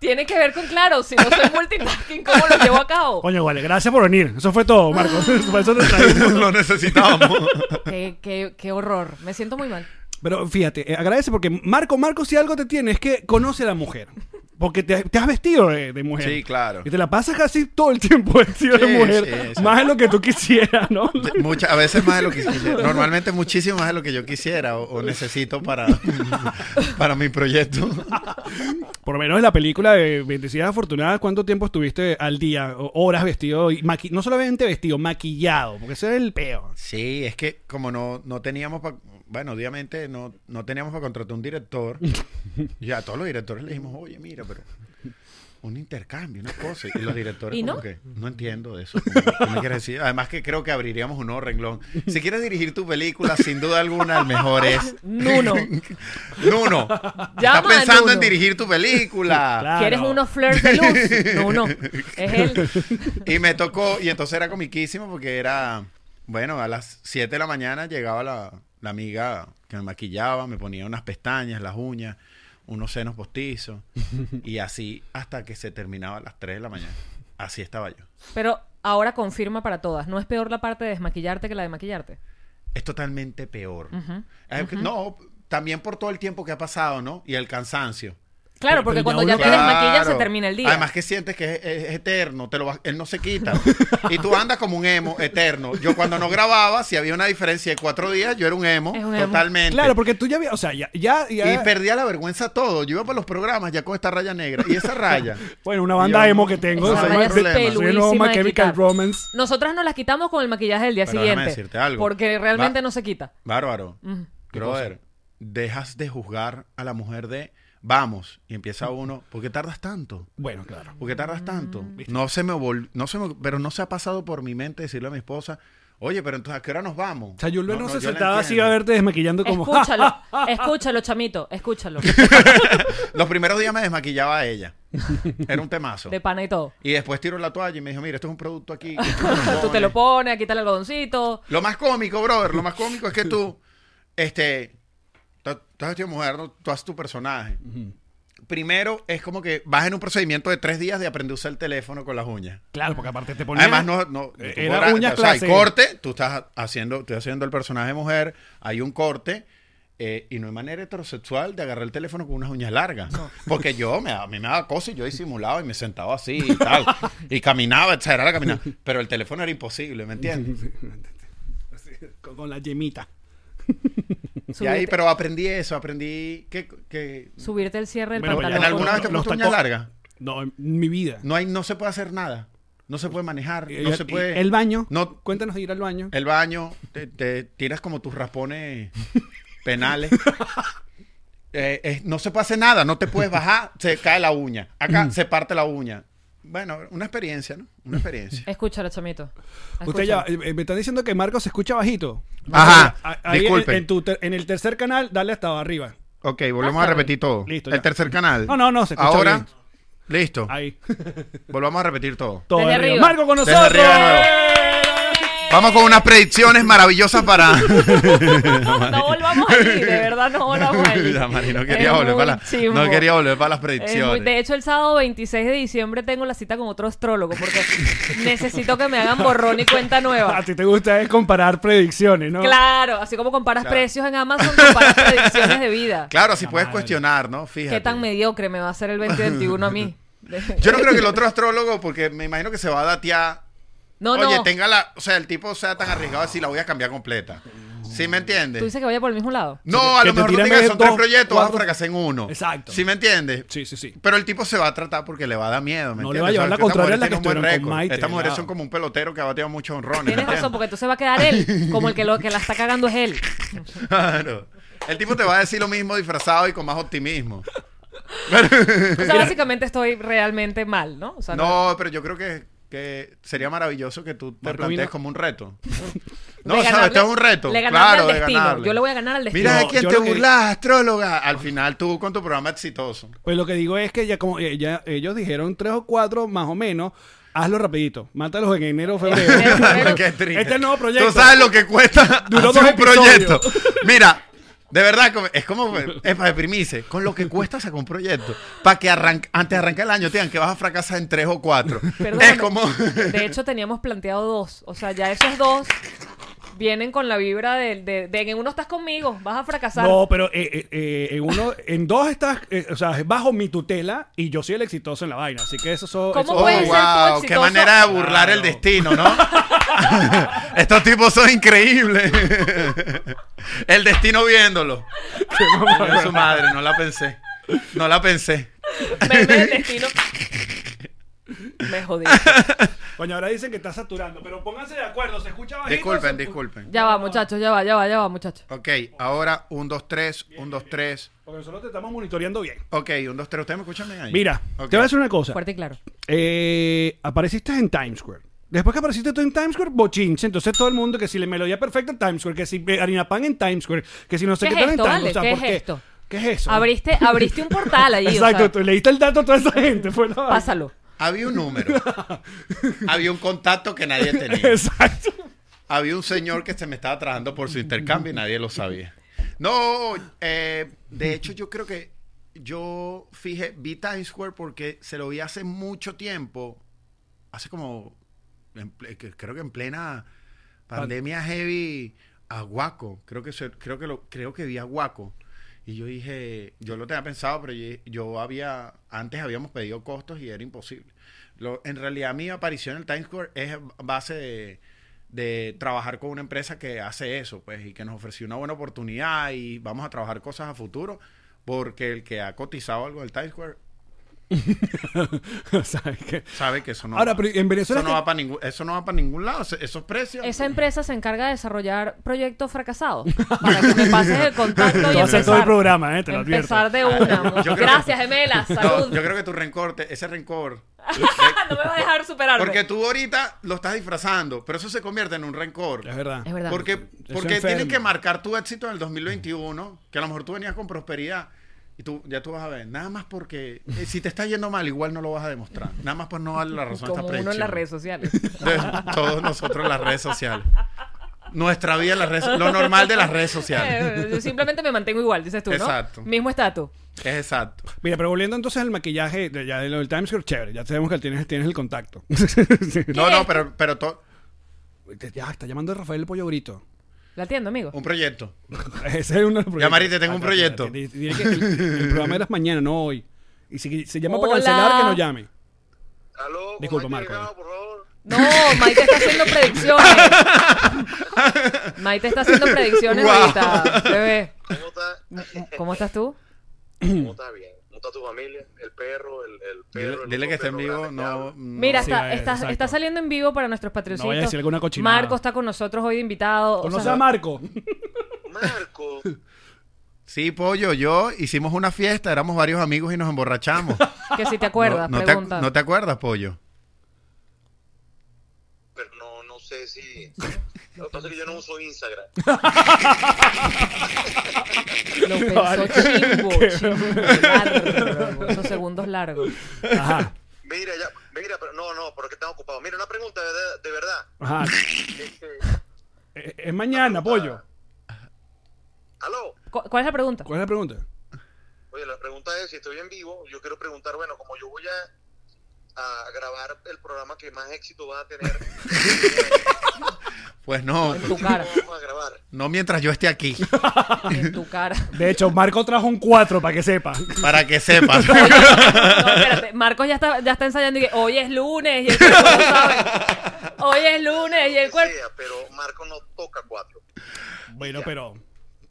Speaker 3: Tiene que ver con, claro, si no soy multitasking, ¿cómo lo llevo a cabo?
Speaker 2: Coño, vale, gracias por venir. Eso fue todo,
Speaker 4: [LAUGHS]
Speaker 2: Marco. [LAUGHS] Por eso te traímos.
Speaker 4: lo necesitábamos. [LAUGHS]
Speaker 3: Qué, qué- qué horror. Me siento muy mal.
Speaker 2: Pero fíjate, eh, agradece porque Marco, Marco, si algo te tiene es que conoce a la mujer. Porque te, te has vestido de, de mujer.
Speaker 4: Sí, claro.
Speaker 2: Y te la pasas casi todo el tiempo [LAUGHS] vestido
Speaker 4: Sí,
Speaker 2: de mujer.
Speaker 4: sí, sí.
Speaker 2: Más de lo que tú quisieras,
Speaker 4: [LAUGHS]
Speaker 2: ¿no?
Speaker 4: Mucha- a veces más de lo que quisiera. Normalmente muchísimo más de lo que yo quisiera o, o necesito para, [LAUGHS] para mi proyecto.
Speaker 2: Por lo menos en la película de Bendecidas Afortunadas, ¿cuánto tiempo estuviste al día? O- Horas vestido, y maqui- no solamente vestido, maquillado, porque ese es el peor.
Speaker 4: Sí, es que como no, no teníamos pa- bueno, obviamente no, no teníamos para contratar un director, ya a todos los directores le dijimos, oye, mira, pero un intercambio, una cosa. Y los directores
Speaker 3: ¿Y
Speaker 4: como
Speaker 3: no?
Speaker 4: que no entiendo de eso. como, ¿qué me quieres decir? Además que creo que abriríamos un nuevo renglón. Si quieres dirigir tu película, sin duda alguna, el mejor es
Speaker 3: Nuno.
Speaker 4: [LAUGHS] Nuno. Está
Speaker 3: Llama a
Speaker 4: pensando en
Speaker 3: Nuno.
Speaker 4: dirigir tu película.
Speaker 2: Claro.
Speaker 3: ¿Quieres unos flares de luz? No, no. Es él.
Speaker 4: [LAUGHS] Y me tocó, y entonces era comiquísimo porque era, bueno, a las 7 de la mañana llegaba la, la amiga que me maquillaba, me ponía unas pestañas, las uñas, unos senos postizos, y así hasta que se terminaba a las 3 de la mañana. Así estaba yo.
Speaker 3: Pero ahora confirma para todas. No es peor la parte de desmaquillarte que la de maquillarte.
Speaker 4: Es totalmente peor.
Speaker 3: Ujú.
Speaker 4: Eh, No, también por todo el tiempo que ha pasado, ¿no? Y el cansancio.
Speaker 3: Claro,
Speaker 2: Pero-
Speaker 3: porque
Speaker 2: pero
Speaker 3: cuando
Speaker 2: ya
Speaker 3: ya
Speaker 2: uno-
Speaker 3: te desmaquillas se
Speaker 4: Claro.
Speaker 3: termina el día.
Speaker 4: Además que sientes que es, es- es eterno, te lo vas- él no se quita. y tú andas como un emo eterno. Yo cuando no grababa, si había una diferencia de cuatro días, yo era un emo,
Speaker 3: Es un emo.
Speaker 4: totalmente.
Speaker 2: Claro, porque tú ya habías, o sea, ya, ya, ya-
Speaker 4: Y perdía la vergüenza todo. Yo iba para los programas ya con esta raya negra. Y esa raya.
Speaker 2: [LAUGHS] bueno, una banda
Speaker 4: Yo-
Speaker 2: emo que tengo,
Speaker 4: Esa
Speaker 2: se
Speaker 4: raya
Speaker 2: llama
Speaker 4: es
Speaker 2: se-
Speaker 3: peludísima
Speaker 2: se llama
Speaker 3: de
Speaker 2: Chemical
Speaker 3: quitar.
Speaker 2: Romance.
Speaker 3: Nosotras nos las quitamos con el maquillaje del día
Speaker 4: Pero déjame
Speaker 3: siguiente.
Speaker 4: decirte algo.
Speaker 3: Porque realmente
Speaker 4: Va-
Speaker 3: no se quita.
Speaker 4: Bárbaro.
Speaker 2: ¿Qué
Speaker 4: Brother, dejas de juzgar a la mujer de vamos. Y empieza uno, ¿por qué tardas tanto?
Speaker 2: Bueno, claro.
Speaker 4: ¿Por qué tardas tanto?
Speaker 2: Mm,
Speaker 4: No se me vol no se me pero no se ha pasado por mi mente decirle a mi esposa, oye, pero entonces ¿a qué hora nos vamos?
Speaker 2: O sea, Yulbe no, se
Speaker 4: yo la
Speaker 2: sentaba así
Speaker 4: entiendo.
Speaker 2: a verte desmaquillando como... [LAUGHS]
Speaker 3: Escúchalo, [LAUGHS] escúchalo, chamito, escúchalo.
Speaker 4: [LAUGHS]
Speaker 3: [LAUGHS]
Speaker 4: Los primeros días me desmaquillaba
Speaker 2: [LAUGHS]
Speaker 4: a ella. Era un temazo.
Speaker 3: De pana y todo.
Speaker 4: Y después tiró la toalla y me dijo, mira, esto es un producto
Speaker 3: [LAUGHS]
Speaker 4: aquí. que
Speaker 3: Tú te lo pones, quita el algodoncito.
Speaker 4: Lo más cómico, brother, lo más cómico es que tú, este, tú tú has vestido de mujer, ¿no? tú haces tu personaje. Primero es como que vas en un procedimiento de tres días de aprender a usar el teléfono con las uñas.
Speaker 2: Claro, porque aparte te ponía...
Speaker 4: Además, no, no,
Speaker 2: Eh,
Speaker 4: tú
Speaker 2: era
Speaker 4: podrás-
Speaker 2: uñas
Speaker 4: o sea, hay
Speaker 2: clase.
Speaker 4: corte, tú estás haciendo, estoy haciendo el personaje mujer, hay un corte, eh, y no hay manera heterosexual de agarrar el teléfono con unas uñas largas. Porque yo, me, a mí me daba cosa y yo disimulaba y me sentaba así y tal. y caminaba, etcétera, la caminada. Pero el teléfono era imposible, ¿me entiendes?
Speaker 2: con, con la yemita.
Speaker 4: Y ahí, pero aprendí eso, aprendí que, que
Speaker 3: Subirte el cierre del
Speaker 2: Bueno,
Speaker 3: pantalón.
Speaker 4: ¿en alguna
Speaker 2: no,
Speaker 4: vez te
Speaker 2: no,
Speaker 4: pusiste
Speaker 2: los
Speaker 4: uña
Speaker 2: tacos.
Speaker 4: larga?
Speaker 2: No, en mi vida.
Speaker 4: No hay, no se puede hacer nada. No se puede manejar,
Speaker 2: Eh,
Speaker 4: no se
Speaker 2: eh,
Speaker 4: puede.
Speaker 2: El baño.
Speaker 4: No,
Speaker 2: Cuéntanos de ir al baño.
Speaker 4: el baño, te, te tiras como tus raspones [LAUGHS] penales. Eh, es- no se puede hacer nada, no te puedes bajar, se cae la uña. Acá se parte la uña. Bueno, una experiencia, ¿no? Una experiencia.
Speaker 3: Escúchalo, chamito.
Speaker 2: Usted ya, eh, eh, me están diciendo que Marco se escucha bajito.
Speaker 4: Ajá,
Speaker 2: Ah, ahí en-
Speaker 4: disculpen.
Speaker 2: En, tu ter- en el tercer canal, dale hasta arriba.
Speaker 4: [LAUGHS] Ok,
Speaker 3: volvemos a
Speaker 4: repetir todo.
Speaker 2: Listo, El ya.
Speaker 4: tercer canal.
Speaker 2: No, no, no, se escucha Ahora, bien.
Speaker 4: listo.
Speaker 3: [LAUGHS]
Speaker 2: Ahí.
Speaker 4: Volvamos a repetir todo.
Speaker 2: Todo
Speaker 3: Desde
Speaker 2: arriba.
Speaker 3: arriba.
Speaker 2: Marco con
Speaker 4: Desde
Speaker 2: nosotros.
Speaker 4: arriba
Speaker 3: [LAUGHS]
Speaker 4: de nuevo. Vamos con unas predicciones maravillosas para.
Speaker 3: No, no volvamos allí,
Speaker 4: [LAUGHS]
Speaker 3: de verdad no volvamos allí.
Speaker 4: Ya, Mari, no quería
Speaker 3: Es
Speaker 4: volver
Speaker 3: muy
Speaker 4: para la-
Speaker 3: chimbo.
Speaker 4: no quería volver para las
Speaker 3: Es muy-
Speaker 4: predicciones.
Speaker 3: de hecho, el sábado 26 de diciembre tengo la cita con otro astrólogo [LAUGHS] porque necesito que me hagan borrón y cuenta
Speaker 2: A
Speaker 3: [LAUGHS] nueva.
Speaker 2: ti te gusta es comparar predicciones, ¿no?
Speaker 3: Claro, así como comparas
Speaker 4: Claro.
Speaker 3: precios en Amazon, comparas predicciones de vida.
Speaker 4: [LAUGHS] Claro, si
Speaker 2: La
Speaker 4: puedes
Speaker 2: madre.
Speaker 4: cuestionar, ¿no? Fíjate.
Speaker 3: ¿Qué tan mediocre me va a ser el 2021 a mí?
Speaker 4: [LAUGHS]
Speaker 3: [LAUGHS]
Speaker 4: Yo no creo que el otro astrólogo, porque me imagino que se va a datear.
Speaker 3: No,
Speaker 4: Oye,
Speaker 3: no.
Speaker 4: tenga la. O sea, el tipo sea tan arriesgado así, la voy a cambiar completa. ¿Sí me
Speaker 3: Tú
Speaker 4: entiendes?
Speaker 3: dices que vaya por el mismo lado.
Speaker 4: No, a
Speaker 2: Que
Speaker 4: lo
Speaker 2: te
Speaker 4: mejor no
Speaker 2: tiren
Speaker 4: tengas,
Speaker 2: medio
Speaker 4: son tres
Speaker 2: dos,
Speaker 4: proyectos, vas a
Speaker 2: cuatro.
Speaker 4: fracasar en uno.
Speaker 2: Exacto.
Speaker 4: ¿Sí me entiendes?
Speaker 2: Sí, sí, sí.
Speaker 4: Pero el tipo se va a tratar porque le va a dar miedo. ¿me
Speaker 2: No
Speaker 4: entiendes?
Speaker 2: le va a llevar la
Speaker 4: esta
Speaker 2: contraria
Speaker 4: mujer
Speaker 2: a la
Speaker 4: tiene
Speaker 2: que
Speaker 4: un buen
Speaker 2: estuvieron con
Speaker 4: récord.
Speaker 2: Maite,
Speaker 4: Estas mujeres
Speaker 2: claro.
Speaker 4: son como un pelotero que ha bateado muchos honrones. ¿me
Speaker 3: Tienes razón,
Speaker 4: entiendes?
Speaker 3: porque entonces va a quedar él como el que, lo, que la está cagando es él.
Speaker 4: [LAUGHS] Claro. El tipo te va a decir lo mismo disfrazado y con más optimismo.
Speaker 3: O sea, básicamente estoy realmente mal, ¿no? O sea,
Speaker 4: No, pero yo creo que, que sería maravilloso que tú te
Speaker 2: Marco
Speaker 4: plantees
Speaker 2: vino-
Speaker 4: como
Speaker 2: [LAUGHS]
Speaker 4: un reto.
Speaker 3: De
Speaker 4: No, sabes,
Speaker 3: ganarle-
Speaker 4: esto es un reto.
Speaker 3: le ganarle
Speaker 4: claro,
Speaker 3: al
Speaker 4: de
Speaker 3: destino.
Speaker 4: ganarle.
Speaker 3: Yo le voy a ganar al destino.
Speaker 4: Mira de
Speaker 2: No,
Speaker 4: quién
Speaker 2: yo
Speaker 4: te
Speaker 2: lo que-
Speaker 4: burlas, astróloga. Al final tú con tu programa exitoso.
Speaker 3: [LAUGHS]
Speaker 2: Pues lo que digo es que ya como eh, ya ellos dijeron tres o cuatro más o menos, hazlo rapidito. Mátalos en enero o febrero. [LAUGHS]
Speaker 3: Enero,
Speaker 4: [LAUGHS]
Speaker 3: febrero.
Speaker 4: Qué triste.
Speaker 2: Este es el nuevo proyecto.
Speaker 4: Tú sabes lo que cuesta
Speaker 2: [LAUGHS] Duró
Speaker 4: hacer
Speaker 2: dos
Speaker 4: un proyecto.
Speaker 2: episodios. [LAUGHS]
Speaker 4: Mira, de verdad, como- es como es para deprimirse. Con lo que cuesta sacar un proyecto. Para que arranque, antes de arrancar el año, te digan que vas a fracasar en tres o cuatro.
Speaker 3: Perdóname.
Speaker 4: Es como.
Speaker 3: De hecho, teníamos planteado dos. O sea, ya esos dos vienen con la vibra de, de, de que en uno estás conmigo, vas a fracasar. [LAUGHS]
Speaker 2: No, pero eh, eh, eh, en uno, en dos estás, eh, o sea, es bajo mi tutela y yo soy el exitoso en la vaina. Así que eso, so-
Speaker 3: ¿Cómo
Speaker 2: eso-
Speaker 3: puede ser tú
Speaker 4: guau, Oh, qué
Speaker 3: exitoso?
Speaker 4: manera de burlar el
Speaker 2: Claro.
Speaker 4: destino, [LAUGHS] ¿no? Estos tipos son increíbles. el destino viéndolo. Coño, su madre, no la pensé. No la pensé.
Speaker 3: Meme del destino. Me jodí.
Speaker 2: Coño, ahora dicen que está saturando, pero pónganse de acuerdo, se escucha bajito.
Speaker 4: Disculpen,
Speaker 2: se-
Speaker 4: disculpen.
Speaker 3: Ya va, muchachos, ya va, ya va, ya va, muchachos.
Speaker 4: Ok, ahora un, dos, tres, un, dos, tres.
Speaker 2: Porque nosotros te estamos monitoreando bien.
Speaker 4: Ok, un, dos, tres. ¿Ustedes me escuchan bien ahí?
Speaker 2: Mira,
Speaker 4: Ok.
Speaker 2: te voy a decir una cosa.
Speaker 3: Fuerte y claro.
Speaker 2: Eh, apareciste en Times Square. Después que apareciste tú en Times Square, bochinche. Entonces todo el mundo que si la melodía perfecta en Times Square, que si eh, harina pan en Times Square, que si no sé
Speaker 3: ¿Qué
Speaker 2: qué,
Speaker 3: es
Speaker 2: tal en
Speaker 3: esto,
Speaker 2: Times
Speaker 3: vale?
Speaker 2: o sea,
Speaker 3: ¿Qué
Speaker 2: ¿por
Speaker 3: es esto?
Speaker 2: ¿Qué es eso?
Speaker 3: Abriste, abriste un portal ahí. o sea,
Speaker 2: Exacto, tú leíste el dato a toda esa gente. Fue la vaina.
Speaker 3: pásalo.
Speaker 4: Había un número.
Speaker 2: [LAUGHS]
Speaker 4: Había un contacto que nadie tenía.
Speaker 2: Exacto.
Speaker 4: Había un señor que se me estaba trabajando por su intercambio y nadie lo sabía. No, eh, de hecho yo creo que yo fijé, vi Times Square porque se lo vi hace mucho tiempo, hace como, en ple- que- creo que en plena pandemia heavy, a Guaco, creo que, se- creo que, lo, creo que vi a Guaco. Y yo dije, yo lo tenía pensado, pero yo, yo había, antes habíamos pedido costos y era imposible. Lo- en realidad mi aparición en Times Square es a base de, de trabajar con una empresa que hace eso, pues, y que nos ofreció una buena oportunidad y vamos a trabajar cosas a futuro, porque el que ha cotizado algo del Times Square
Speaker 2: [LAUGHS] O sea, es que-
Speaker 4: sabe que eso no
Speaker 2: Ahora,
Speaker 4: va.
Speaker 2: pero en Venezuela.
Speaker 4: eso no
Speaker 2: es que-
Speaker 4: va para ningún, eso no va para ningún lado, se- esos precios.
Speaker 3: Esa empresa se encarga de desarrollar proyectos
Speaker 4: [LAUGHS]
Speaker 3: fracasados. Para que me pases el contacto y
Speaker 2: Todo
Speaker 3: empezar,
Speaker 2: el- todo el programa, eh, te lo advierto.
Speaker 3: empezar de una.
Speaker 4: Ah, Yo creo que-
Speaker 3: Gracias, gemelas.
Speaker 4: [LAUGHS] No,
Speaker 3: Salud. Ah, [LAUGHS]
Speaker 4: yo creo que tu rencor, te- ese rencor,
Speaker 3: no me vas a dejar superarme.
Speaker 4: porque tú ahorita lo estás disfrazando, pero eso se convierte en un rencor.
Speaker 2: Es verdad.
Speaker 3: Es verdad.
Speaker 4: Porque,
Speaker 2: Eso
Speaker 4: porque
Speaker 2: enferma.
Speaker 4: tienes que marcar tu éxito en el 2021, que a lo mejor tú venías con prosperidad. Y tú, ya tú vas a ver, nada más porque eh, si te está yendo mal, igual no lo vas a demostrar. Nada más por no darle la razón
Speaker 3: Como
Speaker 4: a esta
Speaker 3: uno en las redes
Speaker 4: predicción.
Speaker 3: sociales.
Speaker 4: De- todos nosotros en las redes sociales. Nuestra vida en las redes lo normal de las
Speaker 3: [LAUGHS]
Speaker 4: redes [LAUGHS] sociales.
Speaker 3: Eh, yo simplemente me mantengo igual, dices tú, ¿no?
Speaker 4: Exacto.
Speaker 3: Mismo estatus.
Speaker 4: Es exacto.
Speaker 2: Mira, pero volviendo entonces al maquillaje de, ya de lo del Times Square, chévere. Ya sabemos que tienes, tienes el contacto. [LAUGHS]
Speaker 4: No, no, pero, pero to-
Speaker 2: ah, ya, está llamando Rafael Pollo Grito.
Speaker 3: La atiendo, amigo.
Speaker 4: Un proyecto.
Speaker 2: [LAUGHS] Ese es uno de los proyectos.
Speaker 4: Mari, te tengo
Speaker 2: Ah,
Speaker 4: un
Speaker 2: claro,
Speaker 4: proyecto.
Speaker 2: claro, tiene- tiene que- el, el programa era mañana, no hoy. Y si se llama para
Speaker 3: Hola.
Speaker 2: cancelar, que no llame.
Speaker 5: Aló,
Speaker 2: Disculpa,
Speaker 5: ¿cómo has
Speaker 2: Marco.
Speaker 5: llegado, por favor?
Speaker 3: No, Maite está haciendo
Speaker 4: [LAUGHS]
Speaker 3: predicciones. Maite está haciendo predicciones
Speaker 4: Guau.
Speaker 3: ahorita, bebé.
Speaker 5: ¿Cómo estás? [LAUGHS]
Speaker 3: ¿Cómo estás tú?
Speaker 5: ¿Cómo estás bien? ¿Cómo está tu familia? El perro, el, el
Speaker 4: Dile,
Speaker 5: perro. el
Speaker 4: dile
Speaker 5: otro
Speaker 4: que está en
Speaker 5: perro
Speaker 4: vivo.
Speaker 5: grande que
Speaker 4: No,
Speaker 5: habla.
Speaker 4: no-
Speaker 3: Mira,
Speaker 2: Sí,
Speaker 3: está,
Speaker 2: es,
Speaker 3: está,
Speaker 2: exacto.
Speaker 3: está saliendo en vivo para nuestros patrocinios.
Speaker 2: No vaya a decir alguna cochinada.
Speaker 3: Marco está con nosotros hoy de invitado. o
Speaker 2: Conoce
Speaker 3: sea,
Speaker 2: a Marco.
Speaker 5: Marco,
Speaker 4: Sí, Pollo, yo hicimos una fiesta, éramos varios amigos y
Speaker 3: [LAUGHS]
Speaker 4: nos emborrachamos.
Speaker 3: que si te acuerdas,
Speaker 4: no, no te ac-
Speaker 3: pregunta.
Speaker 4: no te acuerdas, Pollo?
Speaker 5: pero no, no
Speaker 4: [LAUGHS]
Speaker 5: sé si. Lo que pasa es que yo no uso Instagram.
Speaker 3: Lo pensó
Speaker 4: [LAUGHS]
Speaker 3: chingo, chingo, largo, esos segundos largos.
Speaker 2: Ajá.
Speaker 5: Mira, ya, mira, pero no, no, porque están ocupado. Mira, una pregunta de, de verdad.
Speaker 2: Ajá.
Speaker 5: Este,
Speaker 2: Eh, Es mañana, pollo.
Speaker 5: Aló.
Speaker 3: ¿Cu- ¿Cuál es la pregunta?
Speaker 2: ¿Cuál es la pregunta?
Speaker 5: Oye, la pregunta es, si estoy en vivo, yo quiero preguntar, bueno, como yo voy a, a grabar el programa que más éxito va a
Speaker 3: [LAUGHS]
Speaker 5: tener,
Speaker 4: Pues no,
Speaker 3: En tu cara.
Speaker 5: vamos a grabar.
Speaker 4: no mientras yo
Speaker 3: [LAUGHS]
Speaker 4: esté aquí,
Speaker 3: En tu
Speaker 4: [LAUGHS]
Speaker 3: cara.
Speaker 2: De hecho, Marco trajo un 4 para que sepa.
Speaker 4: para
Speaker 3: [LAUGHS]
Speaker 4: que sepas.
Speaker 3: No, espérate. Marcos ya está, ya está ensayando y que hoy es lunes y el cuerpo no sabe. Hoy es lunes y el
Speaker 5: que
Speaker 3: cuerpo.
Speaker 5: sea, pero Marco no toca cuatro.
Speaker 2: Bueno, pero.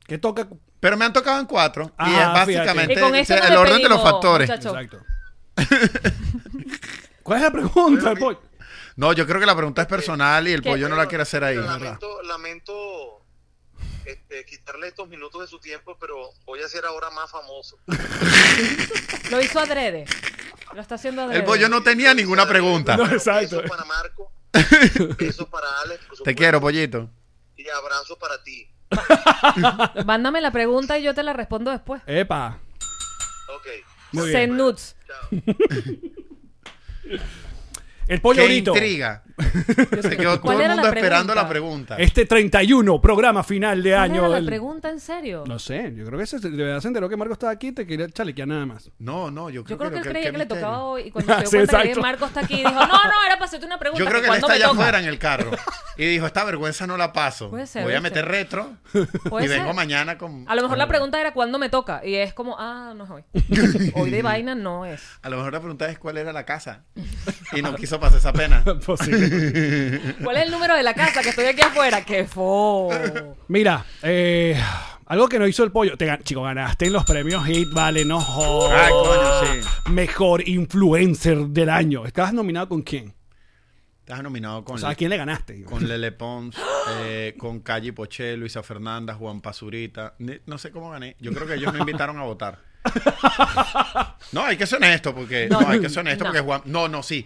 Speaker 2: ¿Qué toca?
Speaker 4: Pero me han tocado en cuatro. y es
Speaker 2: Ah, fíjate.
Speaker 4: básicamente
Speaker 3: Y con esto
Speaker 4: o sea,
Speaker 3: nos
Speaker 4: el orden de los
Speaker 3: despedimos,
Speaker 4: factores.
Speaker 3: muchachos. Chau.
Speaker 2: Exacto. ¿Cuál es la pregunta, pollo?
Speaker 4: No, yo creo que la pregunta es personal y el
Speaker 3: ¿Qué?
Speaker 4: pollo no la quiere hacer ahí,
Speaker 5: Mira,
Speaker 4: ¿verdad?
Speaker 5: Eh, lamento, lamento este, quitarle estos minutos de su tiempo, pero voy a ser ahora más famoso.
Speaker 3: Lo hizo adrede. Lo está haciendo adrede.
Speaker 4: El pollo [LAUGHS] no tenía ninguna pregunta.
Speaker 2: No, exacto.
Speaker 5: Besos
Speaker 4: [LAUGHS]
Speaker 5: para Marco, besos para Alex, por
Speaker 4: Te
Speaker 5: supuesto,
Speaker 4: quiero, pues. pollito.
Speaker 5: y abrazo para ti.
Speaker 3: Mándame la pregunta y yo te la respondo después.
Speaker 2: Epa.
Speaker 5: Ok,
Speaker 2: Muy bien.
Speaker 3: Send nudes.
Speaker 5: chao.
Speaker 2: El pollo
Speaker 4: ¡Qué
Speaker 2: ahorito.
Speaker 4: intriga! Se quedó todo
Speaker 3: ¿Cuál
Speaker 4: el
Speaker 3: era la
Speaker 4: mundo esperando la
Speaker 3: pregunta?
Speaker 4: pregunta.
Speaker 2: Este 31, programa final de
Speaker 3: ¿Cuál
Speaker 2: año.
Speaker 3: era la
Speaker 2: del-
Speaker 3: pregunta en serio?
Speaker 2: No sé, yo creo que se, de verdad se enteró que Marco estaba aquí y te quería chalequear nada más.
Speaker 4: No, no, yo creo,
Speaker 3: Yo creo que
Speaker 4: lo
Speaker 3: él creía que le
Speaker 4: misterio.
Speaker 3: tocaba hoy
Speaker 2: [LAUGHS]
Speaker 3: y cuando se dio
Speaker 2: Ah, Sí,
Speaker 3: cuenta que
Speaker 2: exacto.
Speaker 3: Marco está aquí dijo, no, no, era para hacerte una pregunta.
Speaker 4: Yo creo que él
Speaker 3: ¿cuándo
Speaker 4: está
Speaker 3: me
Speaker 4: allá
Speaker 3: toca?".
Speaker 4: afuera en
Speaker 3: [LAUGHS]
Speaker 4: el carro. Y dijo, esta vergüenza no la paso.
Speaker 3: Puede ser,
Speaker 4: Voy a
Speaker 3: ¿viste?
Speaker 4: meter retro
Speaker 3: Puede
Speaker 4: y
Speaker 3: ser.
Speaker 4: vengo mañana con...
Speaker 3: A lo mejor la pregunta era ¿cuándo me toca? Y es como, ah, no es
Speaker 4: [LAUGHS]
Speaker 3: hoy. Hoy de vaina no es.
Speaker 4: A lo mejor la pregunta es cuál era
Speaker 3: [LAUGHS]
Speaker 4: la casa. Y no quiso pasar esa pena.
Speaker 2: [LAUGHS] Posible.
Speaker 3: ¿Cuál es el número de la casa que estoy aquí afuera? ¡Qué fo!
Speaker 2: Mira, eh, algo que no hizo el pollo. Te gan- chico, ganaste en los premios Hit, vale, no jodas.
Speaker 4: Ah, coño, sí.
Speaker 2: Mejor influencer del año. ¿Estabas nominado con quién?
Speaker 4: Estás nominado con,
Speaker 2: O sea, ¿a quién le ganaste?
Speaker 4: [LAUGHS]
Speaker 2: digo?
Speaker 4: con Lele Pons, eh, con Calle Poche, Luisa Fernanda, Juan Pasurita. Ni- No sé cómo gané. Yo creo que ellos me invitaron a votar. No, hay que ser honesto porque...
Speaker 3: No,
Speaker 4: No, hay que ser honesto
Speaker 3: no.
Speaker 4: porque Juan... No, no, sí.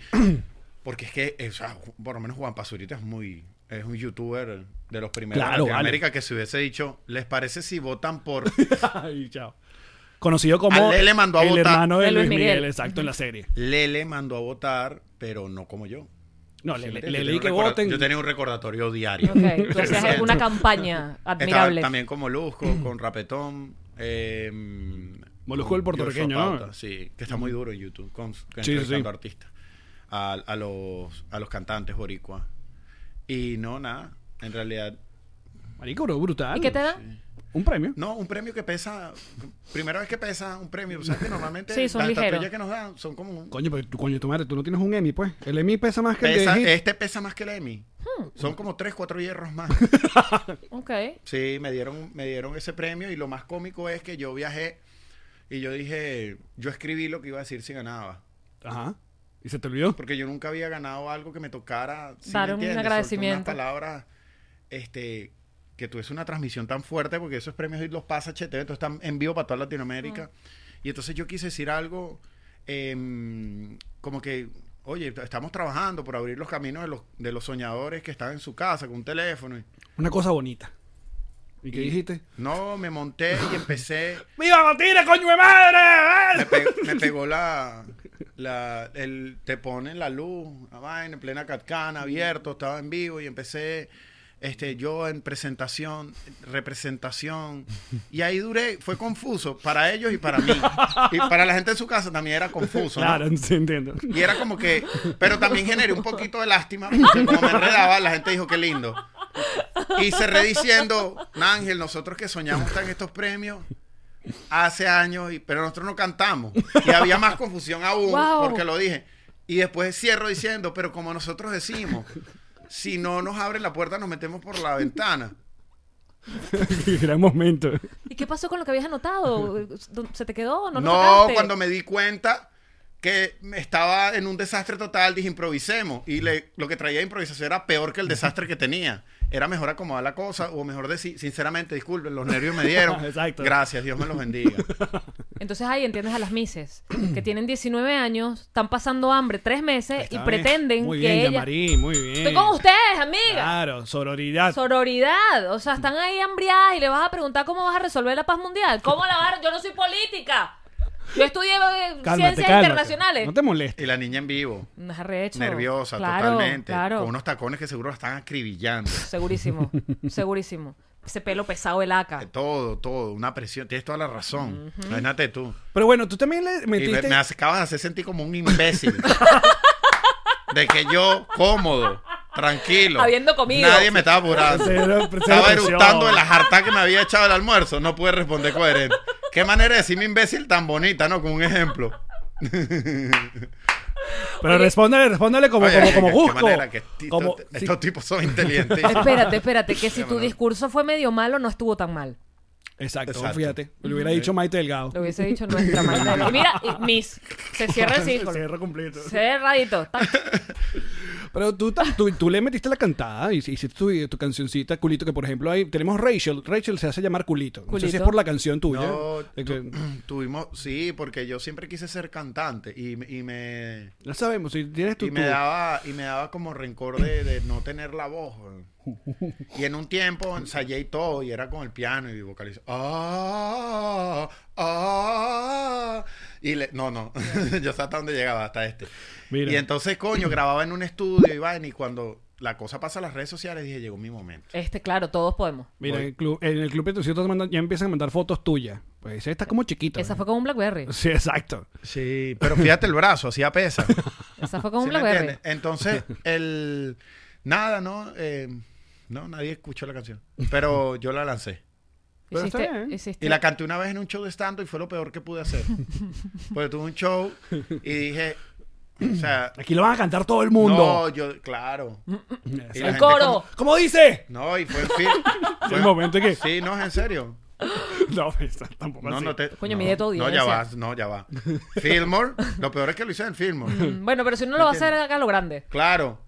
Speaker 4: Porque es que, eh, o sea, Ju- por lo menos Juan Pasurita es muy... Es un youtuber de los primeros
Speaker 2: Claro,
Speaker 4: de América que si hubiese dicho, ¿les parece si votan por
Speaker 2: Ay, chao. Conocido como
Speaker 4: Ale le mandó a
Speaker 2: el
Speaker 4: votar.
Speaker 2: hermano de
Speaker 3: De
Speaker 2: Luis
Speaker 3: Luis
Speaker 2: Miguel,
Speaker 3: Miguel.
Speaker 2: exacto, en la serie.
Speaker 4: Lele mandó a votar, pero no como yo.
Speaker 2: No,
Speaker 4: Sí,
Speaker 2: le,
Speaker 4: ¿me
Speaker 2: le-
Speaker 4: entiendes?
Speaker 2: le
Speaker 4: Yo
Speaker 2: leí que
Speaker 4: tenía un recorda-
Speaker 2: voten.
Speaker 4: Yo tenía un recordatorio [LAUGHS] diario.
Speaker 3: Ok, tú
Speaker 4: Sí.
Speaker 3: hacías una campaña admirable.
Speaker 4: Estaba también como Molusco,
Speaker 3: [CLEARS THROAT]
Speaker 4: con Rapetón. Eh,
Speaker 2: Molusco
Speaker 4: con
Speaker 2: el puertorriqueño,
Speaker 4: Joshua
Speaker 2: ¿no?
Speaker 4: Pauta, Sí, que está muy duro en YouTube, con, con
Speaker 2: Sí,
Speaker 4: entrevistando
Speaker 2: sí.
Speaker 4: artistas. A, a los, a los cantantes boricua. Y no, nada. En realidad,
Speaker 2: Marico, bro, brutal.
Speaker 3: ¿Y qué te da?
Speaker 2: Un premio.
Speaker 4: no, un premio que pesa. Primera vez que pesa un premio. O sea, que normalmente
Speaker 3: Sí, son
Speaker 4: las
Speaker 3: ligeros.
Speaker 4: estatuillas que nos dan son como un.
Speaker 2: Coño, pero tú, coño, tu madre, tú no tienes un Emmy, pues. El Emmy pesa más que
Speaker 4: pesa-
Speaker 2: el de Hit.
Speaker 4: este pesa más que el Emmy.
Speaker 3: Hmm.
Speaker 4: Son como 3, 4 hierros
Speaker 2: [LAUGHS]
Speaker 4: más.
Speaker 3: Ok.
Speaker 4: Sí, me dieron, me dieron ese premio y lo más cómico es que yo viajé y yo dije, yo escribí lo que iba a decir si ganaba.
Speaker 2: Ajá. ¿Y se te olvidó?
Speaker 4: Porque yo nunca había ganado algo que me tocara. ¿sí me
Speaker 3: Dar un
Speaker 4: entiendes? Soltar
Speaker 3: agradecimiento.
Speaker 4: Unas palabras, este, que tuviese una transmisión tan fuerte, porque esos premios hoy los pasa HTV, entonces están en vivo para toda Latinoamérica.
Speaker 3: Mm.
Speaker 4: Y entonces yo quise decir algo em, como que, oye, estamos trabajando por abrir los caminos de los, de los soñadores que están en su casa con un teléfono. y-
Speaker 2: Una cosa bonita. ¿Y qué dijiste?
Speaker 4: no, me monté y empecé.
Speaker 2: ¡Viva Matira, coño de madre!
Speaker 4: me, pe- me pegó la, la- el, te ponen la luz, la vaina, en plena catcana, abierto, estaba en vivo y empecé, este, yo en presentación, representación, y ahí duré, fue confuso para ellos y para mí, y para la gente de su casa también era confuso, ¿no?
Speaker 2: Claro, sí, entiendo. [LAUGHS]
Speaker 4: Y era como que, pero también generé un poquito de lástima, porque como me enredaba, la gente dijo, qué lindo. Y cerré diciendo, Ángel, nosotros que soñamos tan estos premios hace años, y, pero nosotros no cantamos. Y había más confusión aún
Speaker 3: Wow.
Speaker 4: porque lo dije. Y después cierro diciendo, pero como nosotros decimos, si no nos abren la puerta, nos metemos por la ventana.
Speaker 2: Gran momento.
Speaker 3: Eh, ¿Y qué pasó con lo que habías anotado? ¿Se te quedó? No,
Speaker 4: No,
Speaker 3: lo sacaste?
Speaker 4: cuando me di cuenta que me estaba en un desastre total, dije improvisemos. Y le- lo que traía de improvisación era peor que el desastre que tenía. Era mejor acomodar la cosa, o mejor decir, sinceramente, disculpen, los nervios me dieron.
Speaker 3: [LAUGHS]
Speaker 2: Exacto.
Speaker 4: Gracias, Dios me los bendiga.
Speaker 3: Entonces ahí entiendes a las mises, que tienen 19 años, están pasando hambre tres meses y pretenden
Speaker 2: muy
Speaker 3: que
Speaker 2: bien,
Speaker 3: ella...
Speaker 2: Yamarí, muy bien.
Speaker 3: Estoy con ustedes, amiga.
Speaker 2: Claro, sororidad.
Speaker 3: Sororidad. O sea, están ahí hambriadas y le vas a preguntar cómo vas a resolver la paz mundial. ¿Cómo la vas a... Yo no soy política. Yo estudié eh,
Speaker 2: Cálmate,
Speaker 3: ciencias
Speaker 2: cálmate.
Speaker 3: internacionales.
Speaker 2: No te molestes.
Speaker 4: Y la niña en vivo,
Speaker 3: No es arrecho.
Speaker 4: nerviosa
Speaker 3: Claro,
Speaker 4: totalmente,
Speaker 3: Claro.
Speaker 4: con unos tacones que seguro la están
Speaker 2: [LAUGHS]
Speaker 4: acribillando.
Speaker 3: Segurísimo, segurísimo. Ese pelo pesado el
Speaker 4: Eh,
Speaker 3: aca.
Speaker 4: Todo, todo, una presión. Tienes toda la razón. Imagínate tú.
Speaker 2: Pero bueno, tú también le
Speaker 4: Y me,
Speaker 2: metiste...
Speaker 4: me hace- acabas de hacer sentir como un
Speaker 3: [LAUGHS]
Speaker 4: imbécil. de que yo, cómodo, tranquilo.
Speaker 3: Habiendo comido.
Speaker 4: Nadie me estaba apurando.
Speaker 2: Cero- cero
Speaker 4: estaba
Speaker 2: presión.
Speaker 4: eructando de la jarta que me había echado el almuerzo. No pude responder coherente. Qué manera de decirme imbécil tan bonita, ¿no? Con un ejemplo.
Speaker 2: Pero respóndale, respóndale como,
Speaker 4: Oye,
Speaker 2: como,
Speaker 4: qué-
Speaker 2: como
Speaker 4: qué
Speaker 2: Cusco.
Speaker 4: manera que estos-
Speaker 2: Como- sí.
Speaker 4: estos tipos son inteligentes.
Speaker 3: [LAUGHS] Espérate, espérate,
Speaker 4: [LAUGHS]
Speaker 3: que si tu
Speaker 4: Vámonos.
Speaker 3: discurso fue medio malo, no estuvo tan mal.
Speaker 2: Exacto,
Speaker 4: Exacto.
Speaker 2: fíjate. Le hubiera dicho Maite Delgado.
Speaker 3: Lo hubiese
Speaker 2: [LAUGHS]
Speaker 3: dicho nuestra manera. Y mira, y- Miss, se cierra el círculo.
Speaker 2: Cierro completo.
Speaker 3: Cerradito. tac.
Speaker 2: Pero tú, tam- tú, tú le metiste la cantada y hiciste tu, tu cancioncita, culito, que por ejemplo ahí tenemos Rachel. Rachel se hace llamar culito. No sé si es
Speaker 3: Culito.
Speaker 2: por la canción tuya.
Speaker 4: No,
Speaker 2: Eh, que-
Speaker 4: [CLEARS THROAT] Tuvimos, sí, porque yo siempre quise ser cantante y, me- y me
Speaker 2: Ya sabemos, si tienes tu...
Speaker 4: y me
Speaker 2: tu-
Speaker 4: daba y me daba como rencor de, de no tener la voz. weón. Y en un tiempo ensayé y todo y era con el piano y vocalizó ah ah y le, no no [LAUGHS] yo sé hasta dónde llegaba hasta este.
Speaker 2: Mira.
Speaker 4: Y entonces coño grababa en un estudio y vaina, y cuando la cosa pasa a las redes sociales dije llegó mi momento.
Speaker 3: Este, claro, todos podemos.
Speaker 2: Mira, en el club, en el club Petrocito te mandan- ya empiezan a mandar fotos tuyas. Pues está como chiquito.
Speaker 3: Esa
Speaker 2: ¿eh?
Speaker 3: fue con un Blackberry.
Speaker 2: Sí, exacto.
Speaker 4: Sí, pero fíjate el brazo, hacía [LAUGHS] pesa.
Speaker 3: Esa fue con un
Speaker 4: ¿Sí me
Speaker 3: Blackberry.
Speaker 4: entiendes? Entonces, el. Nada, ¿no? Eh, no, nadie escuchó la canción. Pero yo la lancé.
Speaker 2: Pero está
Speaker 3: Hiciste,
Speaker 2: bien.
Speaker 3: hiciste-
Speaker 4: Y la canté una vez en un show de stand y fue lo peor que
Speaker 3: [LAUGHS]
Speaker 4: pude hacer. Porque tuve un show y dije. O sea.
Speaker 2: Aquí lo van a cantar todo el mundo.
Speaker 4: No, yo, claro. Y la
Speaker 3: el
Speaker 4: gente
Speaker 3: coro.
Speaker 4: como-
Speaker 2: ¿Cómo dice?
Speaker 4: no, y fue en
Speaker 2: [LAUGHS]
Speaker 4: fin.
Speaker 2: El momento que... [LAUGHS]
Speaker 4: Sí, no, es en serio.
Speaker 2: No, esa tampoco
Speaker 4: No,
Speaker 2: así.
Speaker 4: no te.
Speaker 3: Coño,
Speaker 4: no,
Speaker 3: mide tu
Speaker 4: No, ya va,
Speaker 3: audiencia.
Speaker 4: no, ya va. Fillmore, lo peor es que lo hice en Fillmore.
Speaker 3: [LAUGHS] Mm, Bueno, pero si no lo va a hacer acá lo grande.
Speaker 4: Claro,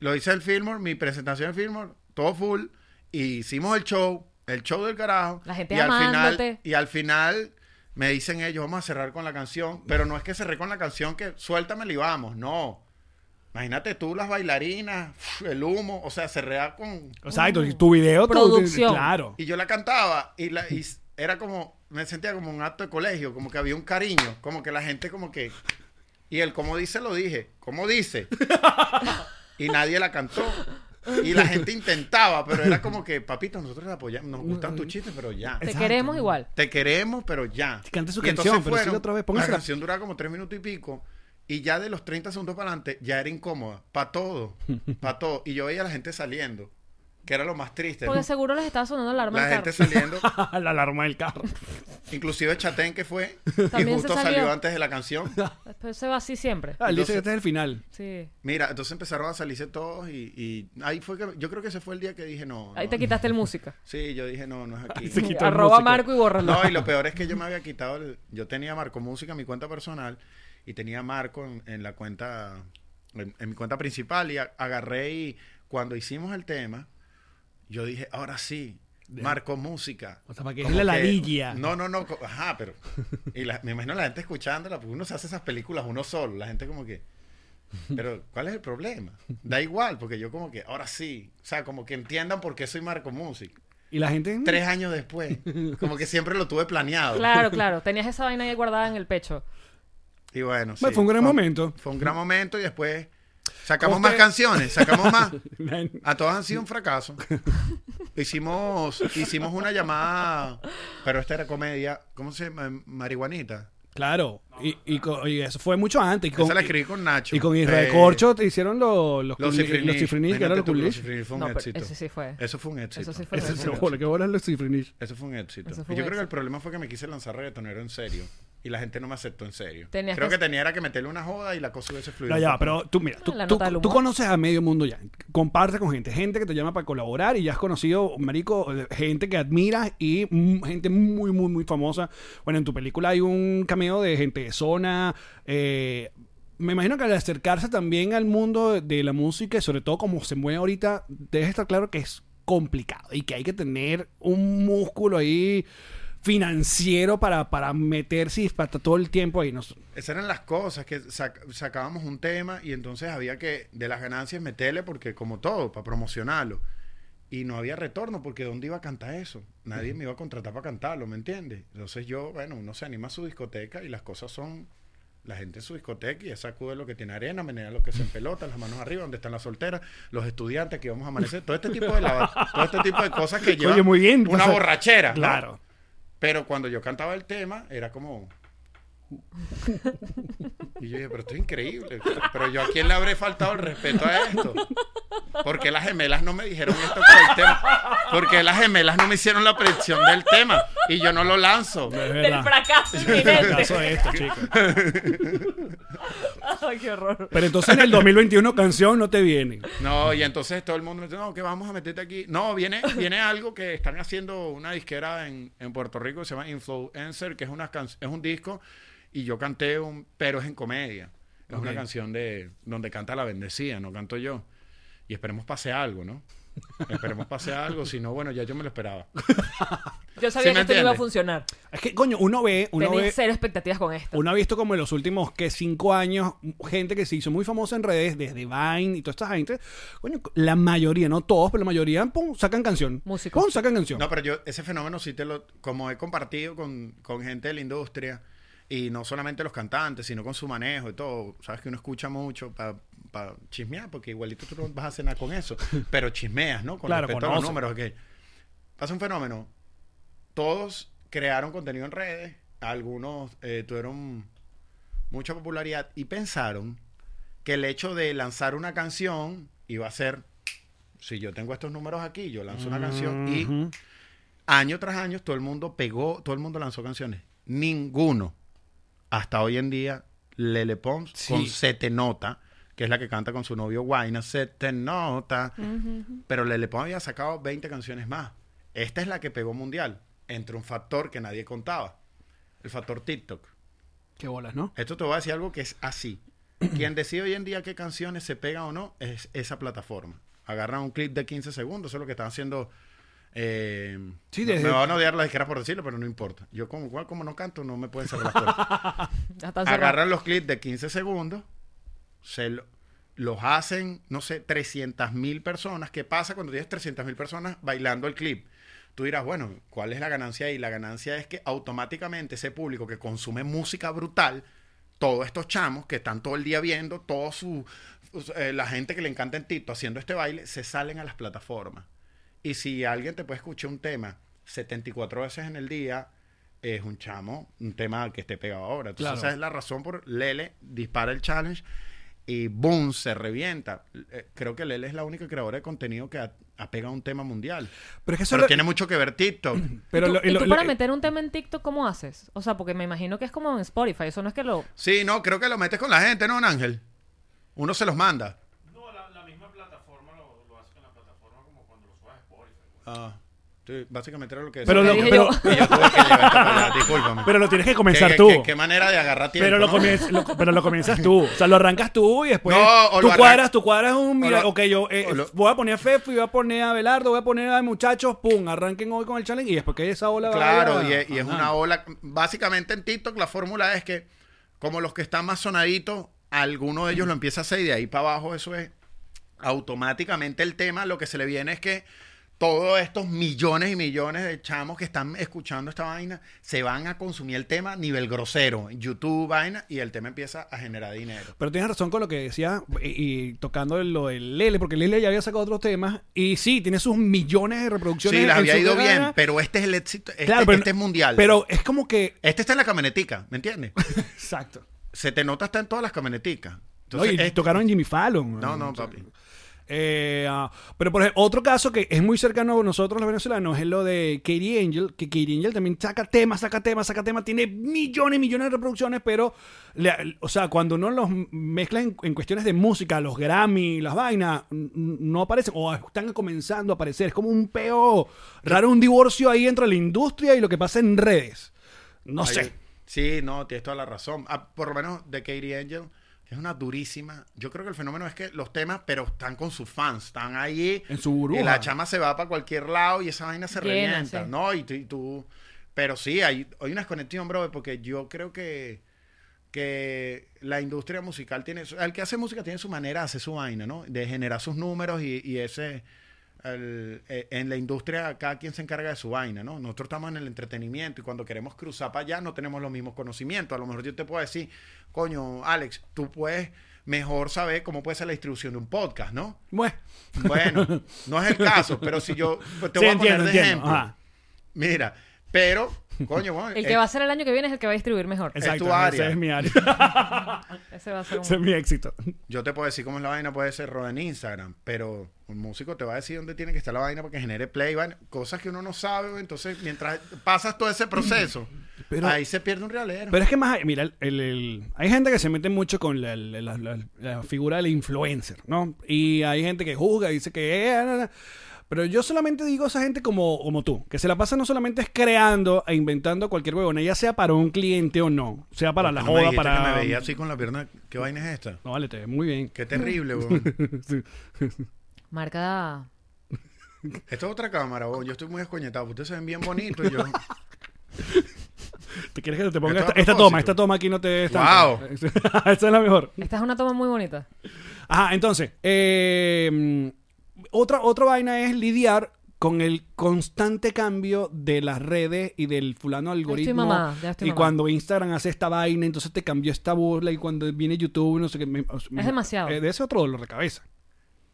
Speaker 4: lo hice el Fillmore, mi presentación en Fillmore, todo full. Y hicimos el show, el show del carajo.
Speaker 3: La gente
Speaker 4: y al final
Speaker 3: amándote.
Speaker 4: Y al final me dicen ellos, vamos a cerrar con la canción. Pero no es que cerré con la canción que suéltamela y vamos, no. Imagínate tú las bailarinas, el humo, o sea, cerré a con...
Speaker 2: Exacto, y tu video... tu-
Speaker 3: Producción.
Speaker 2: claro.
Speaker 4: Y yo la cantaba y, la,
Speaker 2: [LAUGHS]
Speaker 4: y s- era como, me sentía como un acto de colegio, como que había un cariño, como que la gente como que... Y el como dice lo dije, como dice. Y nadie la cantó. Y la gente intentaba, pero era como que, papito, nosotros la apoyamos, nos gustan tus chistes, pero ya.
Speaker 3: Te
Speaker 2: Exacto.
Speaker 3: queremos igual.
Speaker 4: Te queremos, pero ya.
Speaker 2: Cante su
Speaker 4: Y entonces
Speaker 2: canción, pero
Speaker 4: fueron-
Speaker 2: sí otra vez,
Speaker 4: La
Speaker 2: póngasela.
Speaker 4: canción duraba como tres minutos y pico. Y ya de los 30 segundos para adelante, ya era incómoda. Para todo. Para todo. Y yo veía a la gente saliendo. Que era lo más triste. ¿no?
Speaker 3: Porque seguro les estaba sonando la alarma
Speaker 4: La
Speaker 3: del
Speaker 4: gente
Speaker 3: carro. [LAUGHS]
Speaker 2: [LAUGHS]
Speaker 4: saliendo.
Speaker 2: la alarma del carro.
Speaker 4: Inclusive Chatén
Speaker 3: [LAUGHS]
Speaker 4: que fue y
Speaker 3: También se
Speaker 4: justo salió.
Speaker 3: salió.
Speaker 4: antes de
Speaker 3: [LAUGHS]
Speaker 4: la canción.
Speaker 3: Pero se va así siempre.
Speaker 2: Ah, él dice
Speaker 4: Entonces-
Speaker 2: que este es el final.
Speaker 3: Sí.
Speaker 4: Mira, entonces empezaron a salirse todos y, y ahí fue que yo creo que ese fue el día que dije no.
Speaker 3: Ahí
Speaker 4: no,
Speaker 3: te quitaste el música.
Speaker 2: [LAUGHS]
Speaker 4: Sí, yo dije no, no es aquí.
Speaker 2: Se quitó el
Speaker 3: Arroba
Speaker 2: músico.
Speaker 3: Marco y bórralo.
Speaker 4: No, y lo peor es que yo me había quitado el, yo tenía Marco Música en mi cuenta personal y tenía Marco en, en la cuenta en, en mi cuenta principal y a- agarré y cuando hicimos el tema yo dije, ahora sí, Marco Música.
Speaker 2: O sea, para que
Speaker 4: Como
Speaker 2: es la
Speaker 4: que-
Speaker 2: ladilla.
Speaker 4: No, no, no. co- Ajá, pero. Y la- me imagino la gente escuchándola, porque uno se hace esas películas uno solo. La gente como que. Pero, ¿cuál es el problema? Da igual, porque yo como que, ahora sí. O sea, como que entiendan por qué soy Marco Music.
Speaker 2: Y la gente...
Speaker 4: Tres años después. Como que siempre lo tuve planeado.
Speaker 3: Claro, claro. Tenías esa vaina ahí guardada en el pecho.
Speaker 4: Y bueno, sí,
Speaker 2: Bueno, fue un gran momento.
Speaker 4: Fue un gran momento y después sacamos más
Speaker 2: Ustedes-
Speaker 4: canciones, sacamos más.
Speaker 2: [LAUGHS] La-
Speaker 4: A todas han sido un fracaso. Hicimos, hicimos una llamada, pero esta era comedia, ¿cómo se llama? Marihuanita.
Speaker 2: Claro. Y, y co- y eso fue mucho antes. Y con,
Speaker 4: Esa la escribí con Nacho.
Speaker 2: y con Israel
Speaker 4: Eh,
Speaker 2: Corcho te hicieron los, los,
Speaker 4: Los
Speaker 2: culi-
Speaker 4: cifrinish.
Speaker 2: los cifrinish, que eran
Speaker 4: Imagínate
Speaker 2: los
Speaker 4: tú,
Speaker 2: culish. [LAUGHS]
Speaker 4: cifrinish fue un
Speaker 3: No, pero
Speaker 4: éxito.
Speaker 3: ese sí fue.
Speaker 4: Eso fue un éxito.
Speaker 3: sí fue
Speaker 2: Eso
Speaker 3: un
Speaker 2: sí,
Speaker 3: éxito.
Speaker 2: bueno, qué bolas los cifrinish.
Speaker 4: Eso fue un éxito.
Speaker 3: Eso
Speaker 4: Y
Speaker 3: fue
Speaker 4: yo
Speaker 3: un
Speaker 4: creo que el
Speaker 3: éxito.
Speaker 4: problema fue que me quise lanzar reggaetonero en serio. Y la gente no me aceptó en serio.
Speaker 3: Tenías
Speaker 4: creo
Speaker 3: que-
Speaker 4: que... tenía era que meterle una joda y la cosa hubiese fluido.
Speaker 2: No,
Speaker 4: un
Speaker 2: ya,
Speaker 4: poco más.
Speaker 2: pero tú, mira, tú,
Speaker 3: La
Speaker 2: tú-
Speaker 3: nota del
Speaker 2: tú
Speaker 3: humor.
Speaker 2: conoces a medio mundo ya. Comparte con gente, gente que te llama para colaborar y ya has conocido, marico, eh, gente que admiras y mm, gente muy, muy, muy famosa. Bueno, en tu película hay un cameo de gente de zona. eh, me imagino que al acercarse también al mundo de la música y sobre todo como se mueve ahorita, debes estar claro que es complicado y que hay que tener un músculo ahí financiero para, para meterse y para todo el tiempo ahí. No, sé.
Speaker 4: Esas eran las cosas que sac- sacábamos un tema y entonces había que de las ganancias meterle porque como todo, para promocionarlo. Y no había retorno porque ¿dónde iba a cantar eso? Nadie me iba a contratar para cantarlo, ¿me entiendes? Entonces yo, bueno, uno se anima a su discoteca y las cosas son la gente en su discoteca y ya sacude lo que tiene arena, menea lo que se empelota, las manos arriba, donde están las solteras, los estudiantes que vamos a amanecer, todo este tipo de lava- todo este tipo de cosas que llevan
Speaker 2: Oye, muy bien.
Speaker 4: una
Speaker 2: pasa-
Speaker 4: borrachera. ¿no?
Speaker 2: Claro.
Speaker 4: Pero cuando yo cantaba el tema, era como. Y yo dije, pero esto es increíble. Pero yo a quién le habré faltado el respeto a esto. ¿Por qué las gemelas no me dijeron esto con el tema? ¿Por qué las gemelas no me hicieron la predicción del tema? Y yo no lo lanzo.
Speaker 2: Es
Speaker 3: Del
Speaker 2: verdad.
Speaker 3: fracaso
Speaker 2: El este, fracaso
Speaker 3: inminente.
Speaker 2: de esto, chicos.
Speaker 3: Ay, qué horror.
Speaker 2: Pero entonces en el 2021 canción no te viene.
Speaker 4: No, y entonces todo el mundo me dice, no, que vamos a meterte aquí. No, viene, viene algo que están haciendo una disquera en, en Puerto Rico que se llama Influencer, que es, una can- es un disco, y yo canté un, pero es en comedia. Es una
Speaker 2: Ok.
Speaker 4: canción de donde canta la bendecida, no canto yo. Y esperemos pase algo, ¿no? Esperemos pase algo, si no, bueno, ya yo me lo esperaba.
Speaker 3: Yo sabía
Speaker 4: Sí,
Speaker 3: que esto no
Speaker 4: me
Speaker 3: iba a
Speaker 4: entiendes.
Speaker 3: funcionar.
Speaker 2: Es que, coño, uno ve, uno
Speaker 3: Tenía
Speaker 2: ve,
Speaker 3: cero expectativas con esto.
Speaker 2: uno ha visto como en los últimos que cinco años, gente que se hizo muy famosa en redes, desde Vine y toda esta gente, coño, la mayoría, no todos, pero la mayoría, pum, sacan canción.
Speaker 3: Músicos.
Speaker 2: Pum, sacan canción.
Speaker 4: No, pero yo ese fenómeno sí te lo, como he compartido con, con gente de la industria, y no solamente los cantantes, sino con su manejo y todo, sabes que uno escucha mucho para chismear, porque igualito tú no vas a cenar con eso, pero chismeas, ¿no? Con
Speaker 2: Claro,
Speaker 4: respecto a los
Speaker 2: conoce.
Speaker 4: números, que pasa un fenómeno, todos crearon contenido en redes, algunos eh, tuvieron mucha popularidad y pensaron que el hecho de lanzar una canción iba a ser, si yo tengo estos números aquí, yo lanzo una canción y
Speaker 2: Ujú.
Speaker 4: año tras año todo el mundo pegó, todo el mundo lanzó canciones. Ninguno, hasta hoy en día, Lele Pons
Speaker 2: Sí.
Speaker 4: con Se Te Nota, que es la que canta con su novio Guayna, Se Te Nota. Pero Lele Pons había sacado 20 canciones más. Esta es la que pegó mundial. Entre un factor que nadie contaba. El factor TikTok.
Speaker 2: Qué bolas, ¿no?
Speaker 4: Esto te voy a decir algo que es
Speaker 2: [CLEARS THROAT]
Speaker 4: así. Quien decide hoy en día qué canciones se pegan o no es esa plataforma. Agarran un clip de 15 segundos, eso es lo que están haciendo. eh,
Speaker 2: Sí,
Speaker 4: me-
Speaker 2: desde-
Speaker 4: Me van a odiar las disqueras por decirlo, pero no importa. Yo como, igual como no canto, no me pueden cerrar
Speaker 2: [LAUGHS]
Speaker 4: las puertas.
Speaker 3: Ya están cerradas.
Speaker 4: Agarran los clips de 15 segundos, se lo- los hacen, no sé, 300 mil personas. ¿Qué pasa cuando tienes 300 mil personas bailando el clip? Tú dirás, bueno, ¿cuál es la ganancia ahí? La ganancia es que automáticamente ese público que consume música brutal, todos estos chamos que están todo el día viendo, toda su, su- eh, la gente que le encanta en TikTok haciendo este baile, se salen a las plataformas. Y si alguien te puede escuchar un tema 74 veces en el día, es un chamo, un tema que esté pegado ahora. Entonces,
Speaker 2: Claro.
Speaker 4: esa es la razón por Lele dispara el challenge y boom, se revienta. Eh, Creo que Lele es la única creadora de contenido que a- apega a un tema mundial.
Speaker 2: Pero es que eso
Speaker 4: Pero
Speaker 2: lo-
Speaker 4: tiene mucho que ver
Speaker 2: [CLEARS THROAT]
Speaker 4: TikTok.
Speaker 2: pero
Speaker 3: ¿Y tú,
Speaker 2: lo-
Speaker 3: y
Speaker 2: lo-
Speaker 3: tú
Speaker 2: lo- eh,
Speaker 3: para meter un tema en TikTok cómo haces? O sea, porque me imagino que es como en Spotify. Eso no es que lo...
Speaker 4: Sí, no, creo que lo metes con la gente, ¿no, Ángel? Uno se los manda. No, la, misma plataforma lo, hacen en la plataforma como cuando lo subes a Spotify. Ah, sí, básicamente era lo que
Speaker 2: Pero
Speaker 4: decía.
Speaker 2: lo-
Speaker 4: Y
Speaker 2: pero-
Speaker 4: yo tuve que llevar esta palabra, discúlpame.
Speaker 2: pero lo tienes que comenzar
Speaker 4: ¿Qué-
Speaker 2: tú.
Speaker 4: qué- qué manera de agarrar tiempo.
Speaker 2: pero, lo
Speaker 4: ¿no?
Speaker 2: comienz- lo- pero lo comienzas tú. O sea, lo arrancas tú y después
Speaker 4: No, o
Speaker 2: tú
Speaker 4: lo arran-
Speaker 2: cuadras, tú cuadras un... Mira,
Speaker 4: o lo-
Speaker 2: ok, yo eh,
Speaker 4: o lo-
Speaker 2: voy a poner a Fefo y voy a poner a Belardo, voy a poner a muchachos, pum, arranquen hoy con el challenge y después que esa ola va
Speaker 4: Claro,
Speaker 2: a-
Speaker 4: y es, y es
Speaker 2: Ajá.
Speaker 4: una ola. Básicamente en TikTok la fórmula es que, como los que están más sonaditos, alguno de ellos lo empieza a hacer y de ahí para abajo eso es automáticamente el tema. Lo que se le viene es que todos estos millones y millones de chamos que están escuchando esta vaina se van a consumir el tema a nivel grosero, en YouTube, vaina, y el tema empieza a generar dinero.
Speaker 2: Pero tienes razón con lo que decía y, y tocando lo del Lele, porque Lele ya había sacado otros temas y sí, tiene sus millones de reproducciones.
Speaker 4: Sí, les
Speaker 2: en
Speaker 4: había
Speaker 2: su
Speaker 4: ido
Speaker 2: carrera.
Speaker 4: bien, pero este es el éxito, este,
Speaker 2: Claro, pero-
Speaker 4: este es mundial.
Speaker 2: Pero es como que.
Speaker 4: este está en la camionetica,
Speaker 2: [LAUGHS]
Speaker 4: ¿me entiendes?
Speaker 2: Exacto.
Speaker 4: Se te nota está en todas las camioneticas.
Speaker 2: Entonces,
Speaker 4: Entonces, es-
Speaker 2: tocaron en Jimmy Fallon.
Speaker 4: No, no,
Speaker 2: O sea,
Speaker 4: papi.
Speaker 2: eh, ah, pero por ejemplo, otro caso que es muy cercano a nosotros los venezolanos es lo de Katie Angel, que Katie Angel también saca temas, saca temas, saca temas, tiene millones y millones de reproducciones, pero, le- o sea, cuando uno los mezcla en, en cuestiones de música, los Grammy, las vainas, n- n- no aparecen o están comenzando a aparecer, es como un peo raro, un divorcio ahí entre la industria y lo que pasa en redes. No
Speaker 4: Ay,
Speaker 2: sé.
Speaker 4: Sí, no, tienes toda la razón. Ah, por lo menos de Katie Angel, que es una durísima. Yo creo que el fenómeno es que los temas, pero están con sus fans, están ahí.
Speaker 2: En su burbuja.
Speaker 4: Y la chama se va para cualquier lado y esa vaina se
Speaker 3: Llena,
Speaker 4: revienta,
Speaker 3: sí.
Speaker 4: ¿no? Y tú, y tú- Pero sí, hay, hay una desconexión, brother, porque yo creo que que la industria musical tiene, su- el que hace música tiene su manera, hace su vaina, ¿no? De generar sus números y, y ese, el- eh, en la industria cada quien se encarga de su vaina, ¿no? Nosotros estamos en el entretenimiento y cuando queremos cruzar para allá no tenemos los mismos conocimientos. A lo mejor yo te puedo decir, coño, Alex, tú puedes mejor saber cómo puede ser la distribución de un podcast, ¿no?
Speaker 2: Bueno,
Speaker 4: Bueno, no es el caso, pero si yo pues, te
Speaker 2: sí,
Speaker 4: voy a
Speaker 2: entiendo,
Speaker 4: poner de
Speaker 2: entiendo.
Speaker 4: ejemplo.
Speaker 2: Ajá.
Speaker 4: Mira, pero, coño, bueno,
Speaker 3: [LAUGHS] El que
Speaker 4: eh,
Speaker 3: va a ser el año que viene es el que va a distribuir mejor.
Speaker 4: Es tu
Speaker 2: Exacto,
Speaker 4: área.
Speaker 2: Ese es mi área.
Speaker 4: [LAUGHS]
Speaker 3: Ese va a ser un...
Speaker 2: Ese es mi éxito.
Speaker 4: Yo te puedo decir cómo es la vaina, puede ser roda en Instagram, pero un músico te va a decir dónde tiene que estar la vaina para que genere play, vaina, cosas que uno no sabe, entonces mientras pasas todo ese proceso,
Speaker 2: Pero-
Speaker 4: ahí se pierde un realero.
Speaker 2: Pero es que más, mira, el- el- el- hay gente que se mete mucho con la, la- la- la- la figura del influencer, ¿no? Y hay gente que juzga, dice que... eh, na, na. Pero yo solamente digo a esa gente como, como tú, que se la pasa no solamente es creando e inventando cualquier huevona, ya sea para un cliente o no, sea para la
Speaker 4: No me
Speaker 2: joda,
Speaker 4: dijiste
Speaker 2: para...
Speaker 4: que me veía así con la pierna, ¿qué vaina es esta?
Speaker 2: No, vale, te ves muy bien. [LAUGHS]
Speaker 4: Qué terrible, weón.
Speaker 2: Sí.
Speaker 3: Marca...
Speaker 4: Esto es otra cámara, weón. Yo estoy muy escoñetado. Ustedes se ven bien bonitos. y Yo...
Speaker 2: ¿Te quieres que te ponga
Speaker 4: Esto
Speaker 2: esta,
Speaker 4: a
Speaker 2: esta
Speaker 4: propósito.
Speaker 2: toma? Esta toma aquí no te... es tanto.
Speaker 4: ¡Guau!
Speaker 2: [LAUGHS] esa es la mejor.
Speaker 3: Esta es una toma muy bonita.
Speaker 2: Ajá, entonces, eh, otra, otra vaina es lidiar con el constante cambio de las redes y del fulano algoritmo.
Speaker 3: mamada, ya estoy
Speaker 2: y
Speaker 3: mamada.
Speaker 2: cuando Instagram hace esta vaina, entonces te cambió esta burla y cuando viene YouTube, no sé qué. me- me-
Speaker 3: demasiado.
Speaker 2: eh, de ese otro dolor de cabeza.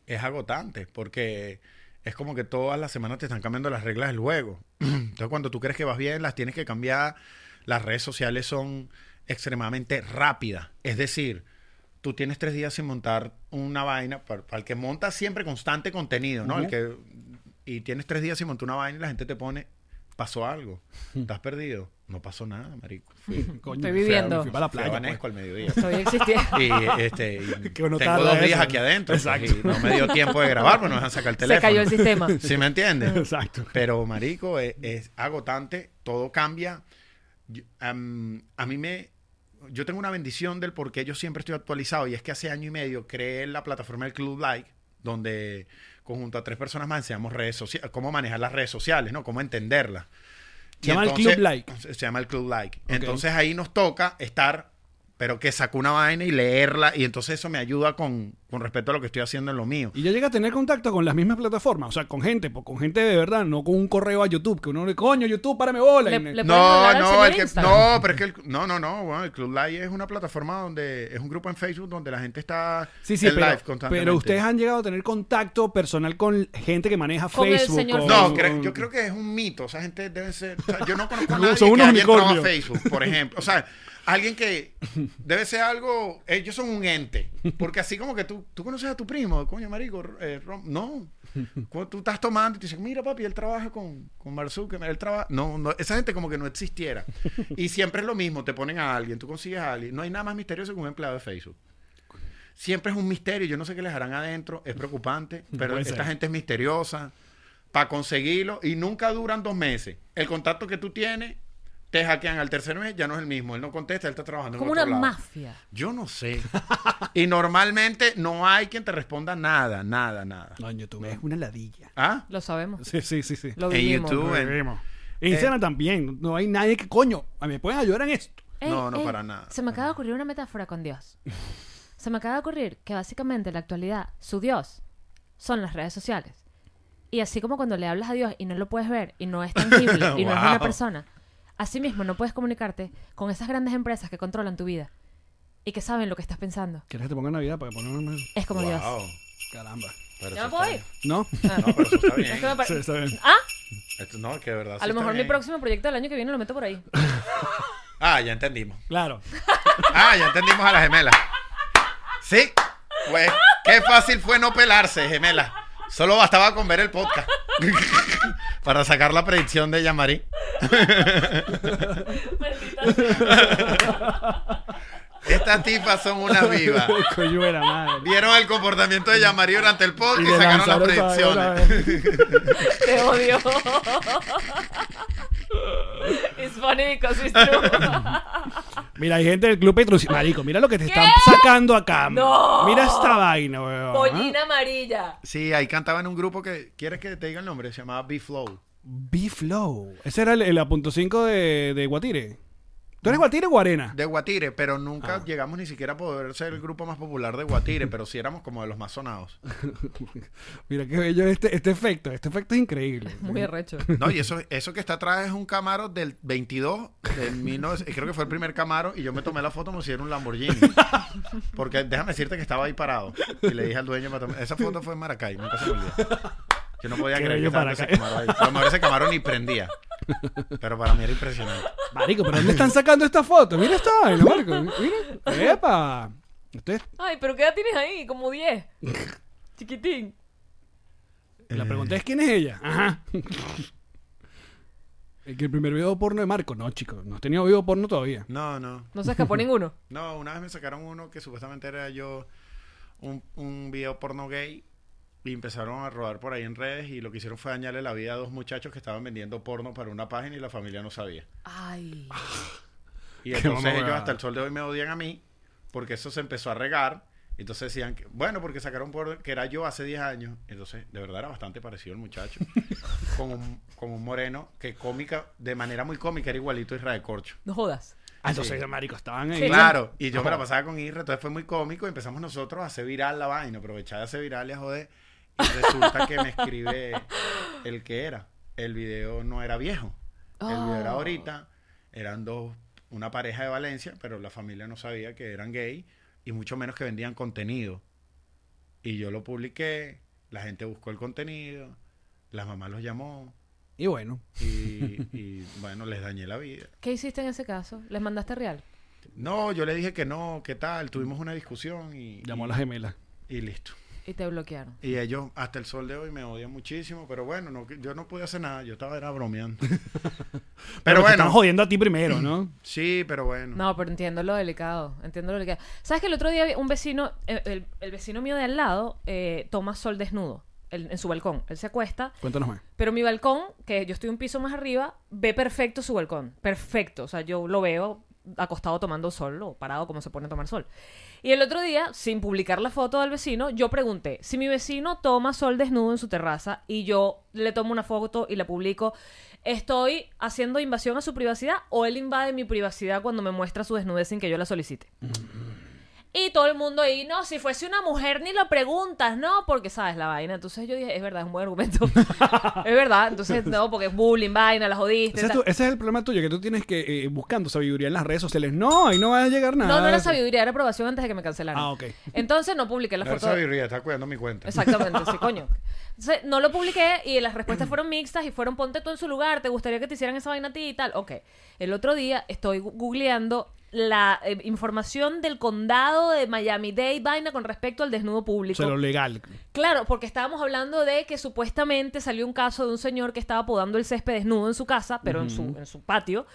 Speaker 4: es agotante porque es como que todas las semanas te están cambiando las reglas del juego. [CLEARS THROAT] Entonces, cuando tú crees que vas bien, las tienes que cambiar. Las redes sociales son extremadamente rápidas. Es decir, tú tienes tres días sin montar una vaina. Para, para el que monta siempre constante contenido, ¿no? El que, y tienes tres días sin montar una vaina y la gente te pone, pasó algo.
Speaker 3: [LAUGHS]
Speaker 4: Estás perdido. No pasó nada, marico. Fui, fui
Speaker 2: [LAUGHS] Coño,
Speaker 3: Estoy
Speaker 2: fui a-
Speaker 3: viviendo.
Speaker 2: fui para la
Speaker 4: a
Speaker 2: playa.
Speaker 4: Banesco
Speaker 2: pues.
Speaker 4: al mediodía.
Speaker 3: Estoy
Speaker 4: [LAUGHS]
Speaker 3: existiendo.
Speaker 4: Y este,
Speaker 2: [LAUGHS]
Speaker 4: y
Speaker 2: Que uno
Speaker 4: tengo
Speaker 2: tarda
Speaker 4: dos
Speaker 2: eso,
Speaker 4: días
Speaker 2: ¿no?
Speaker 4: aquí adentro. pues,
Speaker 2: Exacto.
Speaker 4: y no me dio tiempo de grabar, pues nos dejan sacar el teléfono.
Speaker 3: Se cayó el sistema.
Speaker 4: [LAUGHS] ¿Sí me entiendes?
Speaker 2: Exacto.
Speaker 4: Pero, marico, es, es agotante, todo cambia. Yo- am, a mí me... Yo tengo una bendición del por qué yo siempre estoy actualizado y es que hace año y medio creé la plataforma del Club Like, donde conjunto a tres personas más enseñamos redes sociales, cómo manejar las redes sociales, ¿no? Cómo entenderlas.
Speaker 2: Se llama el Club Like.
Speaker 4: Se, se llama el Club Like. Entonces ahí nos toca estar, pero que sacó una vaina y leerla y entonces eso me ayuda con, con respecto a lo que estoy haciendo en lo mío.
Speaker 2: Y ya llega a tener contacto con las mismas plataformas, o sea, con gente, pues, con gente de verdad, no con un correo a YouTube, que uno le, coño, YouTube, párame bola.
Speaker 3: Le-
Speaker 2: y me-
Speaker 3: le- pueden hablar al señor
Speaker 4: el que-
Speaker 3: Instagram.
Speaker 4: no, pero es que el, no, no, no, bueno, el Club Live es una plataforma donde es un grupo en Facebook donde la gente está
Speaker 2: Sí, sí,
Speaker 4: en
Speaker 2: pero,
Speaker 4: live constantemente.
Speaker 2: pero ustedes han llegado a tener contacto personal con gente que maneja
Speaker 3: Con el
Speaker 2: Facebook.
Speaker 3: señor
Speaker 2: con-
Speaker 4: no,
Speaker 3: Facebook.
Speaker 4: cre- yo creo que es un mito. O sea, gente debe ser. o sea, yo no conozco
Speaker 2: [LAUGHS]
Speaker 4: a
Speaker 2: Son
Speaker 4: nadie que
Speaker 2: unos
Speaker 4: haya entrado a
Speaker 2: unicornios.
Speaker 4: Facebook, por ejemplo. O sea, alguien que debe ser algo. Ellos son un ente. Porque así como que tú, tú conoces a tu primo, coño, marico. eh, Rom- no. Cuando tú estás tomando y te dicen, mira, papi, él trabaja con, con Mark Zuckerberg, Él trabaja. No, no, esa gente como que no existiera. Y siempre es lo mismo. Te ponen a alguien, tú consigues a alguien. No hay nada más misterioso que un empleado de Facebook. Siempre es un misterio. Yo no sé qué les harán adentro. Es preocupante. Pero
Speaker 2: Puede
Speaker 4: esta
Speaker 2: ser.
Speaker 4: gente es misteriosa para conseguirlo y nunca duran dos meses. El contacto que tú tienes, te hackean al tercer mes, ya no es el mismo. Él no contesta, él está trabajando. en
Speaker 3: Como
Speaker 4: otro
Speaker 3: una
Speaker 4: lado.
Speaker 3: mafia.
Speaker 4: Yo no sé. y normalmente no hay quien te responda nada, nada, nada.
Speaker 2: No, en YouTube es una ladilla.
Speaker 4: ¿Ah?
Speaker 3: Lo sabemos.
Speaker 2: Sí, sí, sí, sí.
Speaker 3: Lo
Speaker 4: En
Speaker 3: vivimos.
Speaker 4: YouTube.
Speaker 2: Lo
Speaker 4: en-
Speaker 2: vivimos. En Instagram también. No hay nadie que, coño, me pueden ayudar en esto.
Speaker 3: Ey,
Speaker 4: eh, No, no,
Speaker 3: ey,
Speaker 4: para nada.
Speaker 3: Se me acaba de ocurrir una metáfora con Dios. Se me acaba de ocurrir que básicamente en la actualidad, su Dios son las redes sociales. Y así como cuando le hablas a Dios y no lo puedes ver y no es tangible
Speaker 4: [LAUGHS]
Speaker 3: y no es una
Speaker 4: Wow.
Speaker 3: persona, así mismo no puedes comunicarte con esas grandes empresas que controlan tu vida y que saben lo que estás pensando.
Speaker 2: ¿Quieres que te ponga Navidad para que pongan una-
Speaker 3: Es como Dios.
Speaker 4: Wow.
Speaker 2: Caramba.
Speaker 4: Pero
Speaker 3: ¿Ya me
Speaker 4: eso
Speaker 3: puedo
Speaker 4: está
Speaker 3: ir?
Speaker 2: ¿No?
Speaker 3: Ah.
Speaker 4: bien. No, pero
Speaker 3: [LAUGHS]
Speaker 4: eso está
Speaker 3: Es que me
Speaker 4: bien.
Speaker 2: [LAUGHS]
Speaker 3: pare-
Speaker 2: Sí, está bien.
Speaker 3: Ah,
Speaker 4: Esto- no, que de verdad.
Speaker 3: a
Speaker 4: sí
Speaker 3: lo
Speaker 4: está
Speaker 3: mejor mi
Speaker 4: bien.
Speaker 3: próximo proyecto del año que viene lo meto por ahí.
Speaker 4: Ah, ya entendimos.
Speaker 2: Claro.
Speaker 4: Ah, ya entendimos a la gemela. Sí. Pues, qué fácil fue no pelarse, gemela. Solo bastaba con ver el podcast. [LAUGHS] Para sacar la predicción
Speaker 2: [LAUGHS]
Speaker 4: de Yamari. Estas tipas son unas
Speaker 2: [LAUGHS]
Speaker 4: vivas.
Speaker 2: Coyuela, madre.
Speaker 4: Vieron el comportamiento de Yamari durante el
Speaker 2: Y
Speaker 4: podcast y,
Speaker 2: le
Speaker 4: sacaron las
Speaker 2: lanzaron para allá
Speaker 4: predicciones.
Speaker 3: Te odio. It's funny because it's true.
Speaker 2: Mira, hay gente del club Petrucci. Marico, mira lo que te están
Speaker 3: ¿Qué?
Speaker 2: sacando acá.
Speaker 3: No.
Speaker 2: Mira esta vaina, weón. ¿ah?
Speaker 3: Pollina amarilla.
Speaker 4: Sí, ahí cantaba en un grupo que. ¿Quieres que te diga el nombre? Se llamaba B-Flow.
Speaker 2: B-Flow. Ese era el, el punto 5 de, de Guatire. ¿Tú eres Guatire o Guarena?
Speaker 4: De Guatire, pero nunca
Speaker 2: Ah.
Speaker 4: llegamos ni siquiera a poder ser el grupo más popular de Guatire, pero sí éramos como de los más sonados.
Speaker 2: Mira qué bello este, este efecto. Este efecto es increíble.
Speaker 3: Muy arrecho.
Speaker 4: No, y eso, eso que está atrás es un Camaro del 22, del 19, creo que fue el primer Camaro, y yo me tomé la foto como si era un Lamborghini. Porque déjame decirte que estaba ahí parado. Y le dije al dueño, me tomé- esa foto fue en Maracay, nunca se me olvidó. Yo no podía
Speaker 2: Qué
Speaker 4: creer que
Speaker 2: bello
Speaker 4: estaba ese
Speaker 2: Maracay.
Speaker 4: Camaro ahí. A lo mejor ese Camaro ni prendía. Pero para mí era impresionante.
Speaker 2: Marico, ¿pero dónde están sacando esta foto? Mira esta vaina, Marco. Mira. ¡Epa! Usted,
Speaker 3: Ay, pero ¿qué edad tienes ahí? Como 10. Chiquitín.
Speaker 4: Eh.
Speaker 2: la pregunta es quién es ella. Ajá. El que el primer video porno de Marco. No, chicos. No has tenido video porno todavía.
Speaker 4: No, no.
Speaker 3: No se escapó ninguno.
Speaker 4: No, una vez me sacaron uno que supuestamente era yo un, un video porno gay y empezaron a rodar por ahí en redes y lo que hicieron fue dañarle la vida a dos muchachos que estaban vendiendo porno para una página y la familia no sabía.
Speaker 3: Ay.
Speaker 4: Y
Speaker 2: Qué
Speaker 4: entonces
Speaker 2: mamá
Speaker 4: ellos
Speaker 2: huevada.
Speaker 4: hasta el sol de hoy me odian a mí porque eso se empezó a regar. Entonces decían, que, bueno, porque sacaron porno que era yo hace 10 años. Entonces, de verdad era bastante parecido el muchacho. con, un, con un moreno que cómica, de manera muy cómica, era igualito a Israel Corcho.
Speaker 3: No jodas.
Speaker 2: Ah, entonces, Marico, estaban ahí.
Speaker 3: Sí.
Speaker 4: Claro, y yo me la pasaba con Irra, entonces fue muy cómico y empezamos nosotros a hacer viral la vaina, aprovechar de hacer viral y a joder. Y resulta que me escribe el que era. El video no era viejo. El video era
Speaker 3: Oh.
Speaker 4: ahorita. Eran dos, una pareja de Valencia, pero la familia no sabía que eran gay y mucho menos que vendían contenido. Y yo lo publiqué, la gente buscó el contenido, la mamá los llamó
Speaker 2: Y bueno.
Speaker 4: y, y bueno, les dañé la vida.
Speaker 3: ¿Qué hiciste en ese caso? ¿Les mandaste real?
Speaker 4: No, yo le dije que no, ¿qué tal? Tuvimos una discusión y,
Speaker 2: Llamó a la gemela.
Speaker 4: y listo.
Speaker 3: Y te bloquearon.
Speaker 4: Y ellos hasta el sol de hoy me odian muchísimo, pero bueno, no, que- yo no pude hacer nada, yo estaba era
Speaker 2: [LAUGHS]
Speaker 4: bromeando. pero
Speaker 2: te Están
Speaker 4: bueno,
Speaker 2: jodiendo a ti primero, ¿no?
Speaker 4: sí, pero bueno.
Speaker 3: No, pero entiendo lo delicado. Entiendo lo delicado. ¿Sabes que el otro día vi- un vecino, eh, el, el vecino mío de al lado, eh, toma sol desnudo el- en su balcón? Él se acuesta
Speaker 2: Cuéntanos más.
Speaker 3: Pero mi balcón, que yo estoy un piso más arriba, ve perfecto su balcón. Perfecto. O sea, yo lo veo acostado tomando sol o parado como se pone a tomar sol. Y el otro día, sin publicar la foto del vecino, yo pregunté, si mi vecino toma sol desnudo en su terraza y yo le tomo una foto y la publico, ¿estoy haciendo invasión a su privacidad o él invade mi privacidad cuando me muestra su desnudez sin que yo la solicite? Y todo el mundo ahí, no, si fuese una mujer ni lo preguntas, ¿no? Porque sabes la vaina. Entonces yo dije, es verdad, es un
Speaker 2: [LAUGHS]
Speaker 3: buen argumento. es verdad, entonces no, porque es bullying, vaina, la jodiste.
Speaker 2: Ese es,
Speaker 3: tal.
Speaker 2: tu- ese es el problema tuyo, que tú tienes que eh, buscando sabiduría en las redes sociales. No, ahí no va a llegar nada.
Speaker 3: No, no era sabiduría, era aprobación antes de que me cancelaran.
Speaker 2: Ah, ok.
Speaker 3: Entonces no publiqué la
Speaker 4: No era
Speaker 3: foto.
Speaker 4: sabiduría, estaba cuidando mi cuenta.
Speaker 3: Exactamente,
Speaker 2: [LAUGHS]
Speaker 3: sí, coño. Entonces, no lo publiqué y las respuestas fueron mixtas y fueron ponte tú en su lugar, te gustaría que te hicieran esa vaina a ti y tal. Ok. El otro día estoy gu- googleando la eh, información del condado de Miami-Dade vaina con respecto al desnudo
Speaker 2: O
Speaker 3: público.
Speaker 2: sea, lo legal.
Speaker 3: Claro, porque estábamos hablando de que supuestamente salió un caso de un señor que estaba podando el césped desnudo en su casa, pero en, su, en su patio,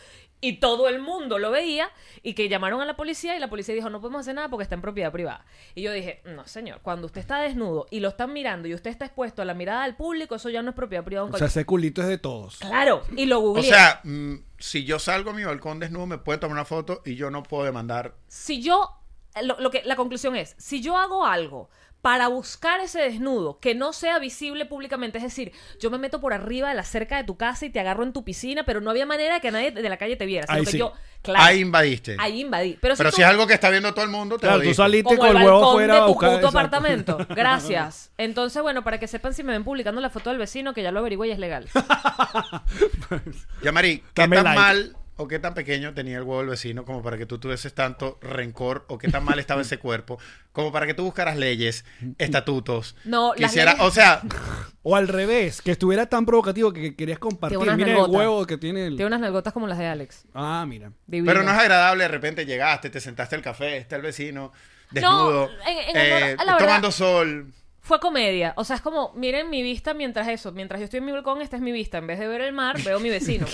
Speaker 3: y todo el mundo lo veía, y que llamaron a la policía y la policía dijo, no podemos hacer nada porque está en propiedad privada. Y yo dije, no señor, cuando usted está desnudo y lo están mirando y usted está expuesto a la mirada del público, eso ya no es propiedad privada. de un
Speaker 2: O sea,
Speaker 3: cual-
Speaker 2: ese culito es de todos.
Speaker 3: Claro, y lo
Speaker 4: O
Speaker 3: googleé.
Speaker 4: sea, mm, si yo salgo a mi balcón desnudo, me puede tomar una foto y yo no puedo demandar.
Speaker 3: eh, si yo, lo, lo que, la conclusión es, si yo hago algo para buscar ese desnudo que no sea visible públicamente. Es decir, yo me meto por arriba de la cerca de tu casa y te agarro en tu piscina, pero no había manera de que nadie de la calle te viera. sino
Speaker 2: Ahí
Speaker 3: que
Speaker 2: sí.
Speaker 3: yo, claro,
Speaker 4: Ahí invadiste.
Speaker 3: ahí invadí. Pero,
Speaker 4: Pero
Speaker 3: si,
Speaker 4: si
Speaker 3: tú-
Speaker 4: es algo que está viendo todo el mundo, te
Speaker 2: Claro,
Speaker 4: jodiste.
Speaker 2: tú saliste
Speaker 3: como
Speaker 2: con
Speaker 3: el
Speaker 2: el huevo
Speaker 3: balcón
Speaker 2: afuera
Speaker 3: de
Speaker 2: a
Speaker 3: tu
Speaker 2: buscar.
Speaker 3: puto
Speaker 2: exacto. [LAUGHS]
Speaker 3: apartamento. Gracias. Entonces, bueno, para que sepan si me ven publicando la foto del vecino, que ya lo averigüe y es legal.
Speaker 4: Yamari, ¿qué
Speaker 2: Dame
Speaker 4: tan
Speaker 2: like.
Speaker 4: mal o qué tan pequeño tenía el huevo del vecino como para que tú tuvieses tanto rencor o qué tan mal estaba ese cuerpo como para que tú buscaras leyes, estatutos?
Speaker 3: No, las
Speaker 4: quisiera,
Speaker 3: leyes- [LAUGHS]
Speaker 4: o sea,
Speaker 2: O al revés, que estuviera tan provocativo que, que querías compartir.
Speaker 3: unas
Speaker 2: Mira el
Speaker 3: nalgotas.
Speaker 2: huevo que tiene el.
Speaker 3: Tiene unas nalgotas como las de Alex.
Speaker 2: Ah, mira.
Speaker 3: Divino.
Speaker 4: pero no es agradable, de repente llegaste, te sentaste al café, está el vecino desnudo,
Speaker 3: en- en
Speaker 4: eh,
Speaker 3: honor a la
Speaker 4: tomando
Speaker 3: verdad-
Speaker 4: sol.
Speaker 3: Fue comedia. O sea, es como, miren mi vista mientras eso. Mientras yo estoy en mi balcón, esta es mi vista. En vez de ver el mar, veo mi
Speaker 4: [LAUGHS]
Speaker 3: vecino.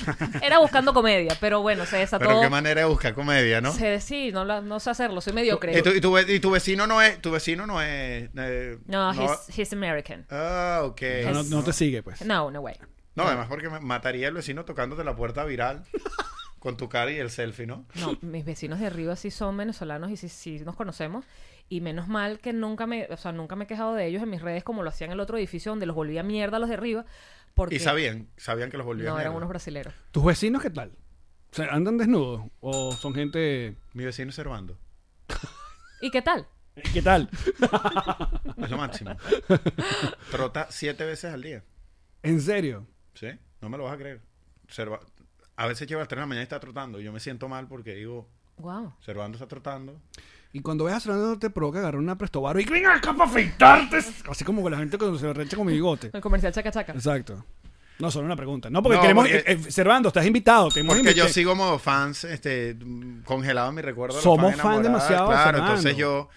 Speaker 3: Era buscando comedia, pero bueno, se desató.
Speaker 4: Pero qué manera de buscar comedia, ¿no?
Speaker 3: Se sí, no, la- no sé hacerlo, soy mediocre.
Speaker 4: Y tu, y tu ve- y tu vecino no es, tu vecino no es, eh,
Speaker 3: No, he's, he's American.
Speaker 4: Ah, ok.
Speaker 2: No, no- no te sigue, pues.
Speaker 3: No, no way.
Speaker 4: No, además porque me- mataría el vecino tocándote la puerta viral [LAUGHS] con tu cara y el selfie, ¿no?
Speaker 3: No, mis vecinos de arriba sí son venezolanos y sí, sí nos conocemos. Y menos mal que nunca me, o sea, nunca me he quejado de ellos en mis redes como lo hacían en el otro edificio donde los volvía mierda los de arriba. Porque
Speaker 4: Y sabían, sabían que los volvían.
Speaker 3: no, eran
Speaker 4: mierda.
Speaker 3: unos brasileros.
Speaker 2: ¿Tus vecinos qué tal? O sea, ¿Andan desnudos? ¿O son gente.?
Speaker 4: Mi vecino es Servando.
Speaker 3: ¿Y qué tal?
Speaker 2: ¿Qué tal?
Speaker 4: Es
Speaker 3: [LAUGHS]
Speaker 4: lo máximo. Trota siete veces al día.
Speaker 2: ¿En serio?
Speaker 4: ¿Sí? No me lo vas a creer. Serva- A veces lleva a las 3 de la mañana y está trotando. Y yo me siento mal porque digo,
Speaker 3: Wow.
Speaker 4: Servando está trotando.
Speaker 2: Y cuando ves a Fernando te provoca agarrar una prestobaro y venga acá para afeitarte. Así como la gente cuando se recha con mi bigote.
Speaker 3: El comercial chaca chaca.
Speaker 2: Exacto. No, solo una pregunta. No, porque
Speaker 4: No,
Speaker 2: queremos.
Speaker 4: porque-
Speaker 2: eh, eh, Servando, estás invitado. Te hemos
Speaker 4: Porque yo
Speaker 2: invitado.
Speaker 4: sigo modo fans, este, mm, congelado en mi recuerdo. de los
Speaker 2: Somos
Speaker 4: enamorados,
Speaker 2: fan demasiado de
Speaker 4: Claro,
Speaker 2: Fernando.
Speaker 4: entonces yo,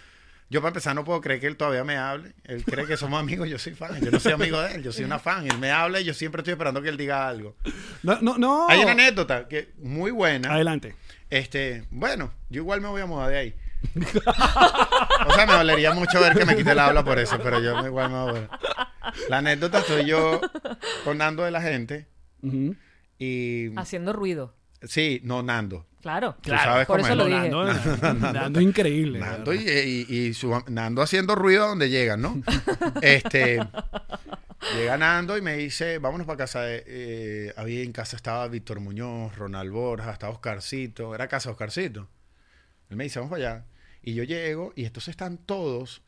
Speaker 4: yo para empezar no puedo creer que él todavía me hable. Él cree que somos amigos, yo soy fan. Yo no soy amigo de él, yo soy una fan. Él me habla y yo siempre estoy esperando que él diga algo.
Speaker 2: No, no, no.
Speaker 4: Hay una anécdota que muy buena.
Speaker 2: Adelante.
Speaker 4: Este, bueno, yo igual me voy a mudar de ahí. [LAUGHS] o sea, me dolería mucho ver que me quite el habla por eso, pero yo me- igual me voy a mudar. La anécdota soy yo con Nando de la gente
Speaker 2: Ujú.
Speaker 4: y
Speaker 3: Haciendo ruido.
Speaker 4: sí, no Nando.
Speaker 3: Claro.
Speaker 4: Tú sabes
Speaker 3: Por
Speaker 4: cómo
Speaker 3: eso
Speaker 4: es.
Speaker 3: lo dije.
Speaker 2: Nando,
Speaker 4: [LAUGHS]
Speaker 2: Nando increíble.
Speaker 4: Nando y, eh, y- y su- Nando haciendo ruido a donde llegan, ¿no? este llega Nando y me dice, vámonos para casa. de- eh, había en casa estaba Víctor Muñoz, Ronald Borja, estaba Oscarcito, era casa de Oscarcito. Él me dice, vamos para allá. Y yo llego y entonces están todos,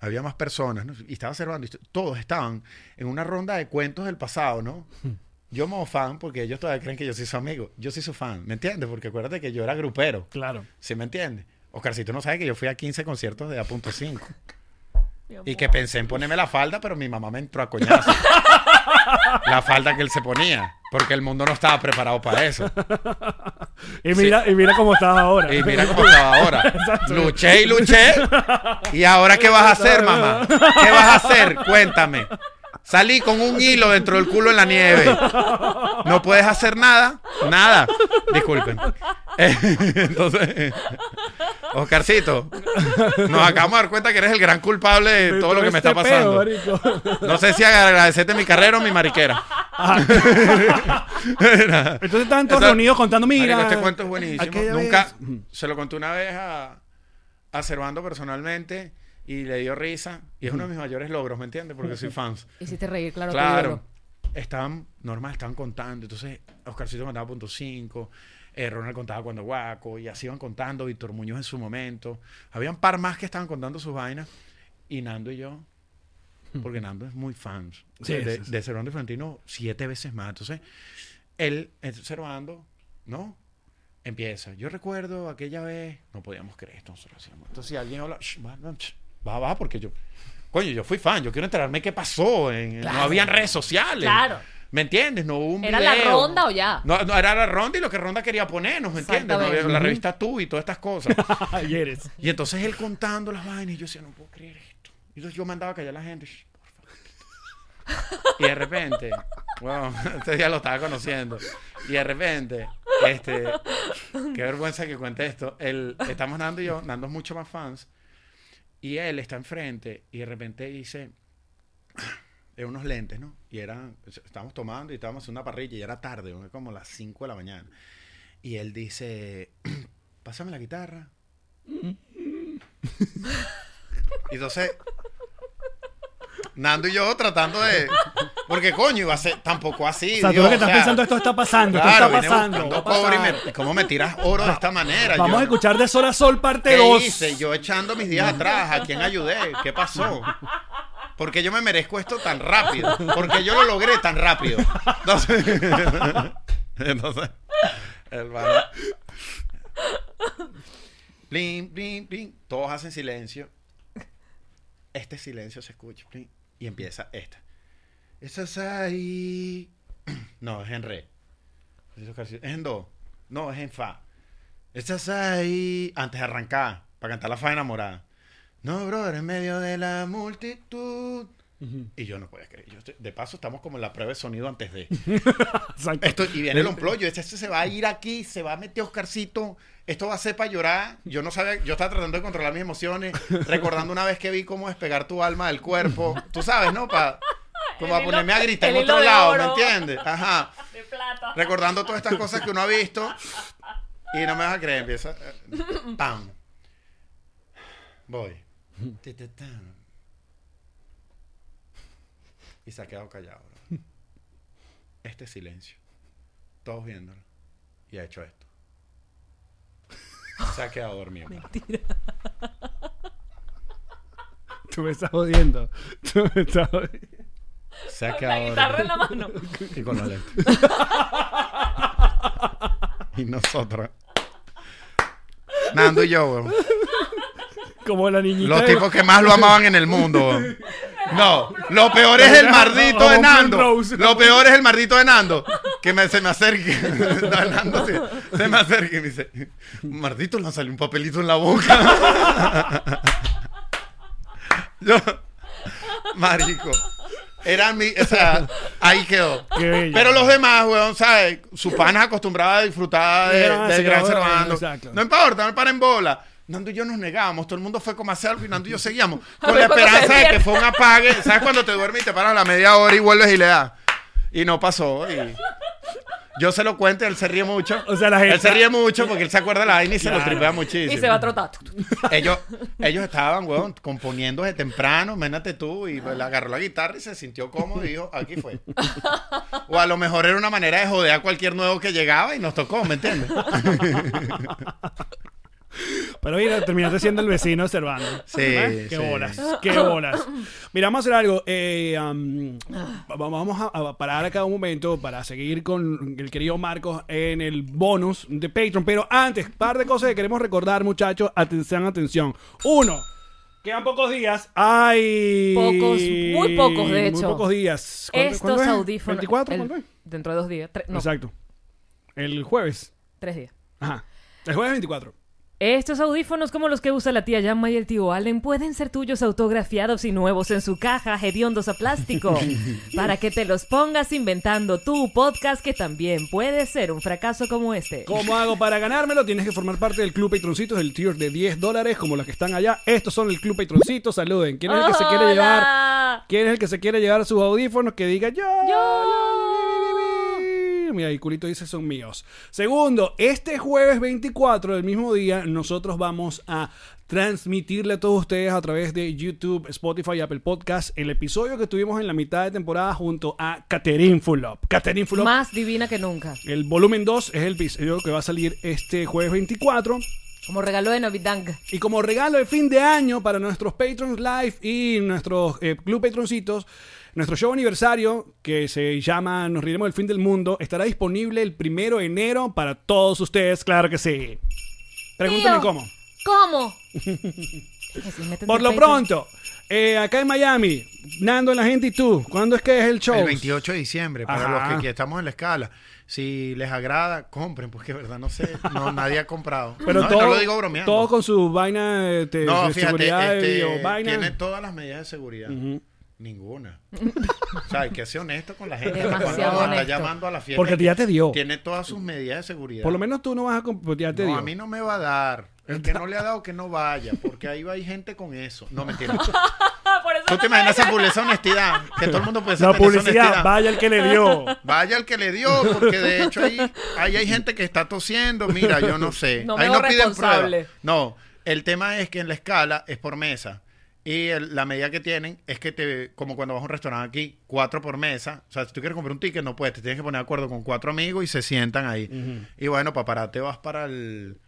Speaker 4: había más personas, ¿no? Y estaba observando, y todos estaban en una ronda de cuentos del pasado, ¿no? Yo me hago fan porque ellos todavía creen que yo soy su amigo. Yo soy su fan, ¿me entiendes? Porque acuérdate que yo era grupero.
Speaker 2: Claro.
Speaker 4: ¿Sí me entiendes? Oscarcito no sabe que yo fui a 15 conciertos de A.5
Speaker 3: Mi amor.
Speaker 4: y que pensé en ponerme la falda, pero mi mamá me entró a coñazo. la falda que él se ponía, porque el mundo no estaba preparado para eso.
Speaker 2: Y mira, y mira cómo estás ahora.
Speaker 4: Y mira cómo estaba ahora. Luché y luché. ¿Y ahora qué vas a hacer, mamá? ¿Qué vas a hacer? Cuéntame. Salí con un hilo dentro del culo en la nieve. No puedes hacer nada. Nada. Disculpen. [LAUGHS] Eh, Entonces, Oscarcito, nos acabamos de dar cuenta que eres el gran culpable de todo lo que me
Speaker 2: este
Speaker 4: está pasando.
Speaker 2: [LAUGHS]
Speaker 4: No sé si agradecerte mi carrera o mi mariquera.
Speaker 2: Ah.
Speaker 4: [LAUGHS]
Speaker 2: Entonces estaban todos
Speaker 4: Esa-
Speaker 2: reunidos contando, mira.
Speaker 4: Marico, este cuento es buenísimo.
Speaker 2: aquella
Speaker 4: Nunca
Speaker 2: vez-
Speaker 4: se lo conté una vez a, a Servando personalmente y le dio risa. Y es uno de mis mayores logros, ¿me entiendes? Porque soy fans.
Speaker 3: Hiciste reír, claro.
Speaker 4: Claro.
Speaker 3: claro.
Speaker 4: Estaban normal, estaban contando. Entonces, Oscarcito contaba punto 5. eh, Ronald contaba cuando guaco. Y así iban contando Víctor Muñoz en su momento. Habían par más que estaban contando sus vainas. Y Nando y yo. Porque Nando es muy fan
Speaker 2: Hmm. Sí,
Speaker 4: de,
Speaker 2: sí, sí.
Speaker 4: de Servando y Florentino siete veces más. Entonces, él, eh, Servando, ¿no? Empieza. Yo recuerdo aquella vez, no podíamos creer esto, nosotros hacíamos. Entonces, si alguien habla, "Shh, va, va, shh, va, va, porque yo, coño, yo fui fan, yo quiero enterarme qué pasó. en- No habían redes sociales.
Speaker 3: Claro.
Speaker 4: ¿Me entiendes? No hubo un
Speaker 3: ¿Era la
Speaker 4: video.
Speaker 3: ronda o ya?
Speaker 4: No, no, era la ronda y lo que ronda quería ponernos, ¿me entiendes? No había- la revista tú y todas
Speaker 3: [LAUGHS]
Speaker 4: estas cosas.
Speaker 2: Ayer es.
Speaker 4: Y entonces él contando las vainas y yo decía, no puedo creer esto. Y entonces yo mandaba a callar a la gente. "Shh, por favor". Y de repente, [LAUGHS] bueno, este día lo estaba conociendo. Y de repente, este, qué vergüenza que cuente esto. El, estamos Nando y yo, Nando es mucho más fans. Y él está enfrente y de repente dice, de unos lentes, ¿no? Y era, estábamos tomando y estábamos en una parrilla y era tarde, ¿no? como las 5 de la mañana. Y él dice, [CLEARS THROAT] pásame la guitarra. y entonces Nando y yo tratando de. Porque coño, iba a ser tampoco así.
Speaker 2: O sea, tú
Speaker 4: Dios,
Speaker 2: lo que estás
Speaker 4: o sea,
Speaker 2: pensando, esto está pasando, esto
Speaker 4: claro,
Speaker 2: está
Speaker 4: vine
Speaker 2: pasando.
Speaker 4: buscando
Speaker 2: está
Speaker 4: cobre y me-
Speaker 2: pasando.
Speaker 4: ¿Cómo me tiras oro de esta manera?
Speaker 2: Vamos
Speaker 4: Yo-
Speaker 2: a escuchar de sol a sol parte
Speaker 4: ¿Qué
Speaker 2: 2.
Speaker 4: hice? Yo echando mis días atrás, ¿a quién ayudé? ¿Qué pasó? ¿Por qué yo me merezco esto tan rápido? ¿Por qué yo lo logré tan rápido? Entonces, [LAUGHS] entonces el varón- Plin, plin, plin. Todos hacen silencio. Este silencio se escucha. plin, y empieza esta. Estás ahí. [CLEARS THROAT] No, es en re. Es en do. No, es en fa. Estás ahí. Antes de arrancar, para cantar la fa enamorada. No, brother, en medio de la multitud. Y yo no podía creer. Yo estoy- de paso, estamos como en la prueba de sonido antes de.
Speaker 2: Exacto.
Speaker 4: Esto, y
Speaker 3: [LAUGHS]
Speaker 4: viene el omployo. Este, este se va a ir aquí, se va a meter Oscarcito. Esto va a ser para llorar. Yo no sabía, yo estaba tratando de controlar
Speaker 3: [LAUGHS]
Speaker 4: mis emociones, recordando una vez que vi cómo despegar tu alma del cuerpo. Tú sabes, ¿no? Pa- como
Speaker 3: El
Speaker 4: a ponerme
Speaker 3: hilo-
Speaker 4: a gritar en
Speaker 3: el hilo
Speaker 4: otro
Speaker 3: de
Speaker 4: lado,
Speaker 3: oro.
Speaker 4: ¿me entiendes? Ajá.
Speaker 3: De plata.
Speaker 4: Recordando todas estas cosas que uno ha visto. Y no me vas a creer, empieza. eh, Pam. Voy. Ti, ti, tan. Y se ha quedado callado. bro. Este silencio. Todos viéndolo. Y ha hecho esto. Se ha quedado dormido.
Speaker 2: Tú me estás jodiendo. [LAUGHS] Tú me estás jodiendo.
Speaker 4: Se ha
Speaker 3: La
Speaker 4: quedado
Speaker 3: guitarra en la mano.
Speaker 4: Y con la lente. y nosotros. Nando y yo, weón.
Speaker 2: Como la niñita.
Speaker 4: Los
Speaker 2: de-
Speaker 4: tipos que más lo amaban en el mundo. No, lo peor es el mardito de Nando. Lo peor es el mardito de Nando. Que me- se me acerque. [LAUGHS] No, Nando se, se me acerque y me dice: Mardito, le salió un papelito en la boca. [LAUGHS] Yo, marico. Era mi. O sea, ahí quedó.
Speaker 2: Qué bello.
Speaker 4: Pero los demás, weón, ¿sabes? Sus panas acostumbradas a disfrutar de-
Speaker 2: Ah, sí,
Speaker 4: del gran
Speaker 2: ahora,
Speaker 4: Servando.
Speaker 2: exacto.
Speaker 4: No importa, no paren bola. Nando y yo nos negábamos, todo el mundo fue como hacer algo y Nando y yo seguíamos.
Speaker 3: [LAUGHS] A
Speaker 4: Con
Speaker 3: ver
Speaker 4: la
Speaker 3: cuándo se
Speaker 4: esperanza de que
Speaker 3: despierta.
Speaker 4: fue un apague. ¿Sabes cuando te duermes y te paras a la media hora y vuelves y le das? Y no pasó. Y... Yo se lo cuento y él se ríe mucho.
Speaker 2: O sea, la gente-
Speaker 4: Él se
Speaker 2: [LAUGHS]
Speaker 4: ríe mucho porque él se acuerda de la vaina y se lo tripea muchísimo.
Speaker 3: Y se va a trotar.
Speaker 4: Ellos, ellos estaban, weón, componiendo de temprano, ménate tú, y pues, le agarró la guitarra y se sintió cómodo y dijo, aquí fue. O a lo mejor era una manera de joder a cualquier nuevo que llegaba y nos tocó, ¿me entiendes?
Speaker 2: Pero mira, terminaste siendo el vecino de Servando.
Speaker 4: Sí,
Speaker 2: ¿Verdad? Qué
Speaker 4: sí.
Speaker 2: bolas, qué bolas. Mira, vamos a hacer algo. Eh, am, va- vamos a, a parar acá un momento para seguir con el querido Marcos en el bonus de Patreon. Pero antes, par de cosas que queremos recordar, muchachos. Atención, atención. Uno. Quedan pocos días. Ay.
Speaker 3: Pocos, muy pocos, de
Speaker 2: Muy
Speaker 3: hecho.
Speaker 2: pocos días. ¿Cuándo- cuándo
Speaker 3: Estos
Speaker 2: es?
Speaker 3: audífonos.
Speaker 2: ¿24?
Speaker 3: el-
Speaker 2: ¿Cuándo es?
Speaker 3: Dentro de dos días. Tres, no,
Speaker 2: Exacto. El jueves.
Speaker 3: tres días.
Speaker 2: Ajá. El jueves 24.
Speaker 3: Estos audífonos como los que usa la tía Yamma y el tío Allen pueden ser tuyos autografiados y nuevos en su caja, hediondos
Speaker 2: [LAUGHS]
Speaker 3: a plástico, para que te los pongas inventando tu podcast que también puede ser un fracaso como este.
Speaker 2: ¿Cómo hago para ganármelo? Tienes que formar parte del Club Patroncitos, el tier de 10 dólares, como los que están allá. Estos son el Club Patroncitos, saluden. ¿Quién es el que se quiere llevar?
Speaker 3: ¡Hola!
Speaker 2: ¿Quién es el que se quiere llevar sus audífonos? Que diga yo.
Speaker 3: Yo.
Speaker 2: Mira, y culito dice son míos. Segundo, este jueves 24 del mismo día, nosotros vamos a transmitirle a todos ustedes a través de YouTube, Spotify y Apple Podcast el episodio que tuvimos en la mitad de temporada junto a Catherine Fulop. Catherine Fulop
Speaker 3: Más divina que nunca.
Speaker 2: el volumen 2 es el episodio que va a salir este jueves 24.
Speaker 3: Como regalo de Navidad.
Speaker 2: Y como regalo de fin de año para nuestros Patrons Live y nuestros eh, Club Patroncitos, nuestro show aniversario, que se llama Nos Riremos del Fin del Mundo, estará disponible el primero de enero para todos ustedes, claro que sí. Pregúntame
Speaker 3: Tío.
Speaker 2: cómo.
Speaker 3: ¿Cómo? [LAUGHS] Así, métete
Speaker 2: Por
Speaker 3: en
Speaker 2: lo
Speaker 3: Facebook.
Speaker 2: pronto, eh, acá en Miami, Nando, la gente y tú, ¿cuándo es que es el show?
Speaker 4: El 28 de diciembre, para
Speaker 2: Ajá.
Speaker 4: los que aquí estamos en la escala. Si les agrada, compren, porque de verdad no sé, no, nadie ha comprado.
Speaker 2: [LAUGHS] Pero
Speaker 4: no,
Speaker 2: todo,
Speaker 4: no lo digo bromeando.
Speaker 2: todo con su vaina de, de-
Speaker 4: no,
Speaker 2: de
Speaker 4: fíjate,
Speaker 2: seguridad
Speaker 4: este,
Speaker 2: y o vaina.
Speaker 4: tiene todas las medidas de seguridad. Ninguna. o sea, hay que ser honesto con la gente
Speaker 3: Demasiado
Speaker 4: cuando nos está
Speaker 3: honesto.
Speaker 4: llamando a la fiesta.
Speaker 2: Porque ya te dio.
Speaker 4: Tiene todas sus medidas de seguridad.
Speaker 2: Por lo menos tú no vas a... comp- pues Ya te
Speaker 4: No,
Speaker 2: digo.
Speaker 4: a mí no me va a dar. El que no le ha dado, que no vaya. Porque ahí va hay gente con eso.
Speaker 2: [LAUGHS]
Speaker 4: No, mentira.
Speaker 3: Ah, por eso
Speaker 4: ¿Tú
Speaker 3: no
Speaker 4: te imaginas
Speaker 3: vaya.
Speaker 4: esa publicidad esa honestidad? Que todo el mundo puede
Speaker 2: La
Speaker 4: tener esa
Speaker 2: publicidad,
Speaker 4: honestidad.
Speaker 2: vaya el que le
Speaker 4: [LAUGHS]
Speaker 2: dio.
Speaker 4: Vaya el que le dio, porque de hecho ahí, ahí hay gente que está tosiendo. Mira, yo no sé.
Speaker 3: No me
Speaker 4: ahí
Speaker 3: hago
Speaker 4: no piden
Speaker 3: responsable.
Speaker 4: pruebas. No, el tema es que en la escala es por mesa. Y el- la medida que tienen es que te, como cuando vas a un restaurante aquí, cuatro por mesa. O sea, si tú quieres comprar un ticket, no puedes. Te tienes que poner de acuerdo con cuatro amigos y se sientan ahí. Y bueno, para parar, te vas para el.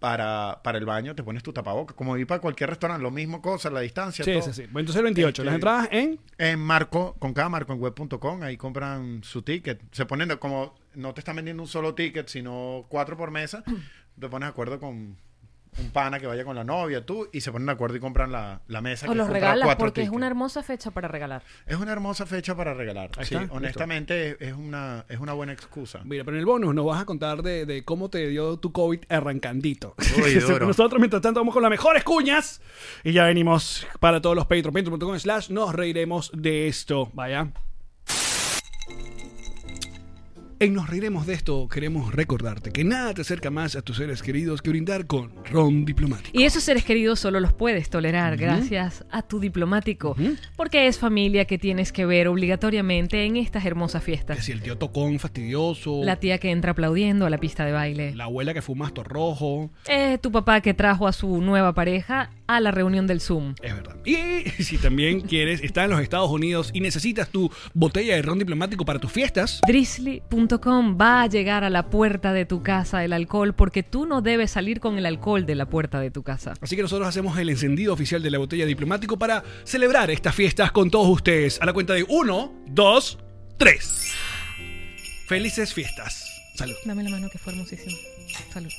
Speaker 4: Para, para el baño, te pones tu tapaboca. Como ir para cualquier restaurante, lo mismo cosa, la distancia.
Speaker 2: Sí,
Speaker 4: todo.
Speaker 2: sí, sí. Bueno, entonces el 28.
Speaker 4: Este-
Speaker 2: Las entradas en.
Speaker 4: En Marco, con cada Marco en web.com, ahí compran su ticket. Se ponen, de- como no te están vendiendo un solo ticket, sino cuatro por mesa,
Speaker 3: Mm.
Speaker 4: te pones de acuerdo con un pana que vaya con la novia, tú, y se ponen de acuerdo y compran la, la mesa.
Speaker 3: O
Speaker 4: que
Speaker 3: los
Speaker 4: compra
Speaker 3: regalas,
Speaker 4: cuatro
Speaker 3: porque es
Speaker 4: tickets.
Speaker 3: una hermosa fecha para regalar.
Speaker 4: Es una hermosa fecha para regalar.
Speaker 2: Ahí
Speaker 4: sí,
Speaker 2: está, listo.
Speaker 4: honestamente es, es una, es una buena excusa.
Speaker 2: Mira, pero en el bonus nos vas a contar de, de cómo te dio tu COVID arrancandito. [LAUGHS]
Speaker 4: Uy, duro.
Speaker 2: Nosotros, mientras tanto, vamos con las mejores cuñas. Y ya venimos para todos los Patreon. Patreon.com slash nos reiremos de esto. Vaya. En Nos Reiremos de esto queremos recordarte que nada te acerca más a tus seres queridos que brindar con Ron Diplomático.
Speaker 3: Y esos seres queridos solo los puedes tolerar gracias a tu diplomático, porque es familia que tienes que ver obligatoriamente en estas hermosas
Speaker 2: Que
Speaker 3: fiestas.
Speaker 2: si el tío tocón fastidioso,
Speaker 3: La
Speaker 2: la,
Speaker 3: tía que entra aplaudiendo a la pista de baile.
Speaker 2: abuela que fuma astor rojo.
Speaker 3: Eh, tu papá que trajo a su nueva pareja a la reunión del Zoom.
Speaker 2: Es verdad. Y [LAUGHS] si también quieres, estás en los Estados Unidos y necesitas tu botella de ron diplomático para tus fiestas.
Speaker 3: Drizzly.com va a llegar a la puerta de tu casa el alcohol porque tú no debes salir con el alcohol de la puerta de tu casa.
Speaker 2: Así que nosotros hacemos el encendido oficial de la botella diplomático para celebrar estas fiestas con todos ustedes. A la cuenta de 1, 2, 3. Felices fiestas. Salud.
Speaker 3: Dame la mano que fue hermosísimo. Salud.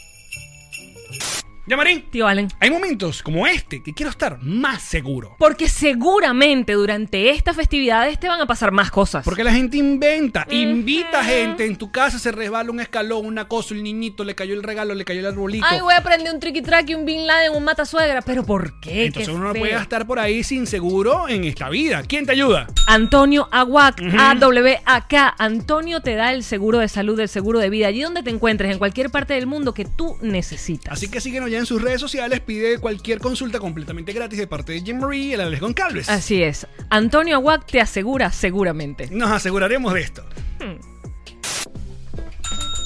Speaker 2: Yamarín,
Speaker 3: Tío Allen.
Speaker 2: hay momentos como este que quiero estar más seguro.
Speaker 3: Porque seguramente durante estas festividades te van a pasar más cosas.
Speaker 2: Porque la gente inventa, invita gente, en tu casa se resbala un escalón, una cosa, el niñito le cayó el regalo, le cayó el arbolito.
Speaker 3: Ay, voy a aprender un tricky track y un Bin Laden, un matasuegra. ¿Pero por qué?
Speaker 2: Entonces
Speaker 3: Eh, Qué
Speaker 2: uno no
Speaker 3: feo.
Speaker 2: puede estar por ahí sin seguro en esta vida. ¿Quién te ayuda?
Speaker 3: Antonio Aguac, AWAK. Antonio te da el seguro de salud, el seguro de vida, allí donde te encuentres, en cualquier parte del mundo que tú necesitas.
Speaker 2: Así que síguenos ya en sus redes sociales, pide cualquier consulta completamente gratis de parte de Jim Marie y el Alex Goncalves.
Speaker 3: Así es. Antonio Aguac te asegura seguramente.
Speaker 2: Nos aseguraremos de esto.
Speaker 3: Hmm.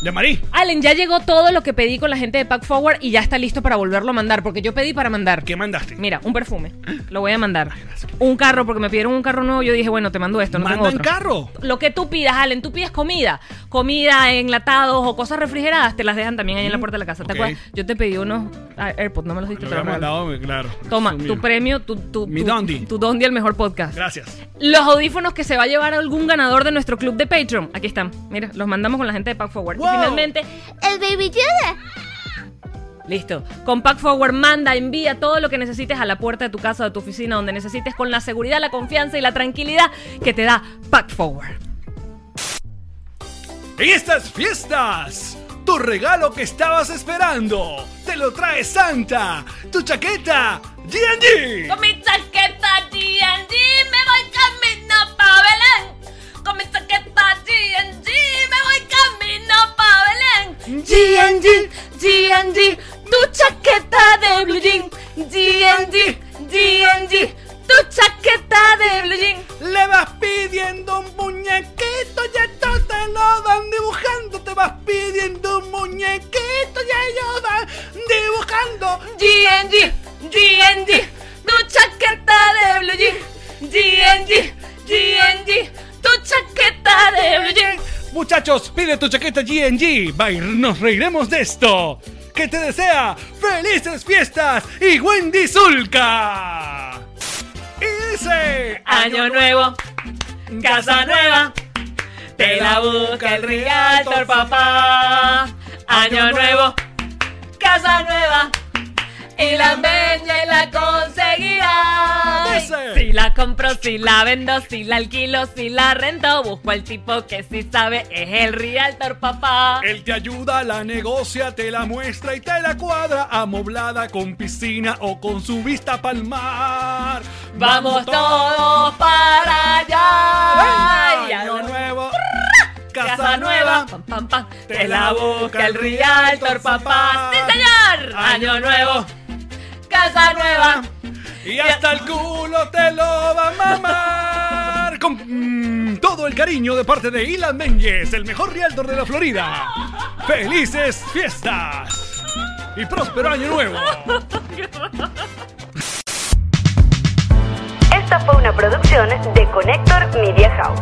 Speaker 2: Yamarí,
Speaker 3: Allen, ya llegó todo lo que pedí con la gente de Pack Forward y ya está listo para volverlo a mandar, porque yo pedí para mandar.
Speaker 2: ¿qué mandaste?
Speaker 3: Mira, un perfume. Lo voy a mandar. Un carro, porque me pidieron un carro nuevo. Yo dije, bueno, te mando esto, no tengo
Speaker 2: ¿Mandan
Speaker 3: otro.
Speaker 2: carro?
Speaker 3: Lo que tú pidas, Allen, tú pides comida. Comida, enlatados o cosas refrigeradas, te las dejan también ahí en la puerta de la casa.
Speaker 2: Ok.
Speaker 3: ¿Te acuerdas? Yo te pedí unos ah, AirPods, no me los diste.
Speaker 2: Lo
Speaker 3: te los
Speaker 2: habíamos
Speaker 3: regalo.
Speaker 2: hablado, claro.
Speaker 3: Toma,
Speaker 2: Eso
Speaker 3: tu
Speaker 2: mismo.
Speaker 3: premio, tu, tu,
Speaker 2: Mi
Speaker 3: tu-
Speaker 2: Dondi.
Speaker 3: tu Dondi, el mejor podcast.
Speaker 2: Gracias.
Speaker 3: Los audífonos que se va a llevar algún ganador de nuestro club de Patreon. Aquí están. Mira, los mandamos con la gente de Pack Forward.
Speaker 2: ¡Wow!
Speaker 3: Y finalmente, el Baby Yoda. Listo. Con Pack Forward manda, envía todo lo que necesites a la puerta de tu casa, de tu oficina, donde necesites, con la seguridad, la confianza y la tranquilidad que te da Pack Forward.
Speaker 2: En estas fiestas, tu regalo que estabas esperando, te lo trae Santa, tu chaqueta, GG.
Speaker 3: Con mi chaqueta G&G me voy camino pa' Belén. Con mi chaqueta G&G me voy camino pa' Belén. G&G, G&G, tu chaqueta de blue jean. G&G, G&G, tu chaqueta de blue jean.
Speaker 2: Le vas pidiendo un muñequito y esto te lo van dibujando. Te vas pidiendo un muñequito y ellos van dibujando.
Speaker 3: G&G, G&G, tu chaqueta de blue jean. G&G, G&G, tu chaqueta de blue jean.
Speaker 2: Muchachos, pide tu chaqueta GNG. Va, y nos reiremos de esto. Que te desea felices fiestas y Wendy Zulka. Y dice...
Speaker 3: Año nuevo, casa nueva, te la busca el realtor papá. Año nuevo, casa nueva, y la bella y la conseguirá.
Speaker 2: Dice.
Speaker 3: Si la compro, si la vendo, si la alquilo, si la rento, busco el tipo que sí sabe, es el realtor papá.
Speaker 2: Él te ayuda, la negocia, te la muestra y te la cuadra, amoblada con piscina o con su vista pa'l mar.
Speaker 3: Vamos todos para allá. Y
Speaker 2: Ay, año
Speaker 3: ahora-
Speaker 2: nuevo,
Speaker 3: Casa nueva, pam, pam, pam, te la busca el Rialtor, papá. ¡Sí, señor! Año nuevo, casa nueva.
Speaker 2: y hasta el culo te lo va a mamar. Con mm, todo el cariño de parte de Ilan Menges, el mejor realtor de la Florida. ¡Felices fiestas! Y próspero año nuevo.
Speaker 1: Esta fue una producción de Connector Media House.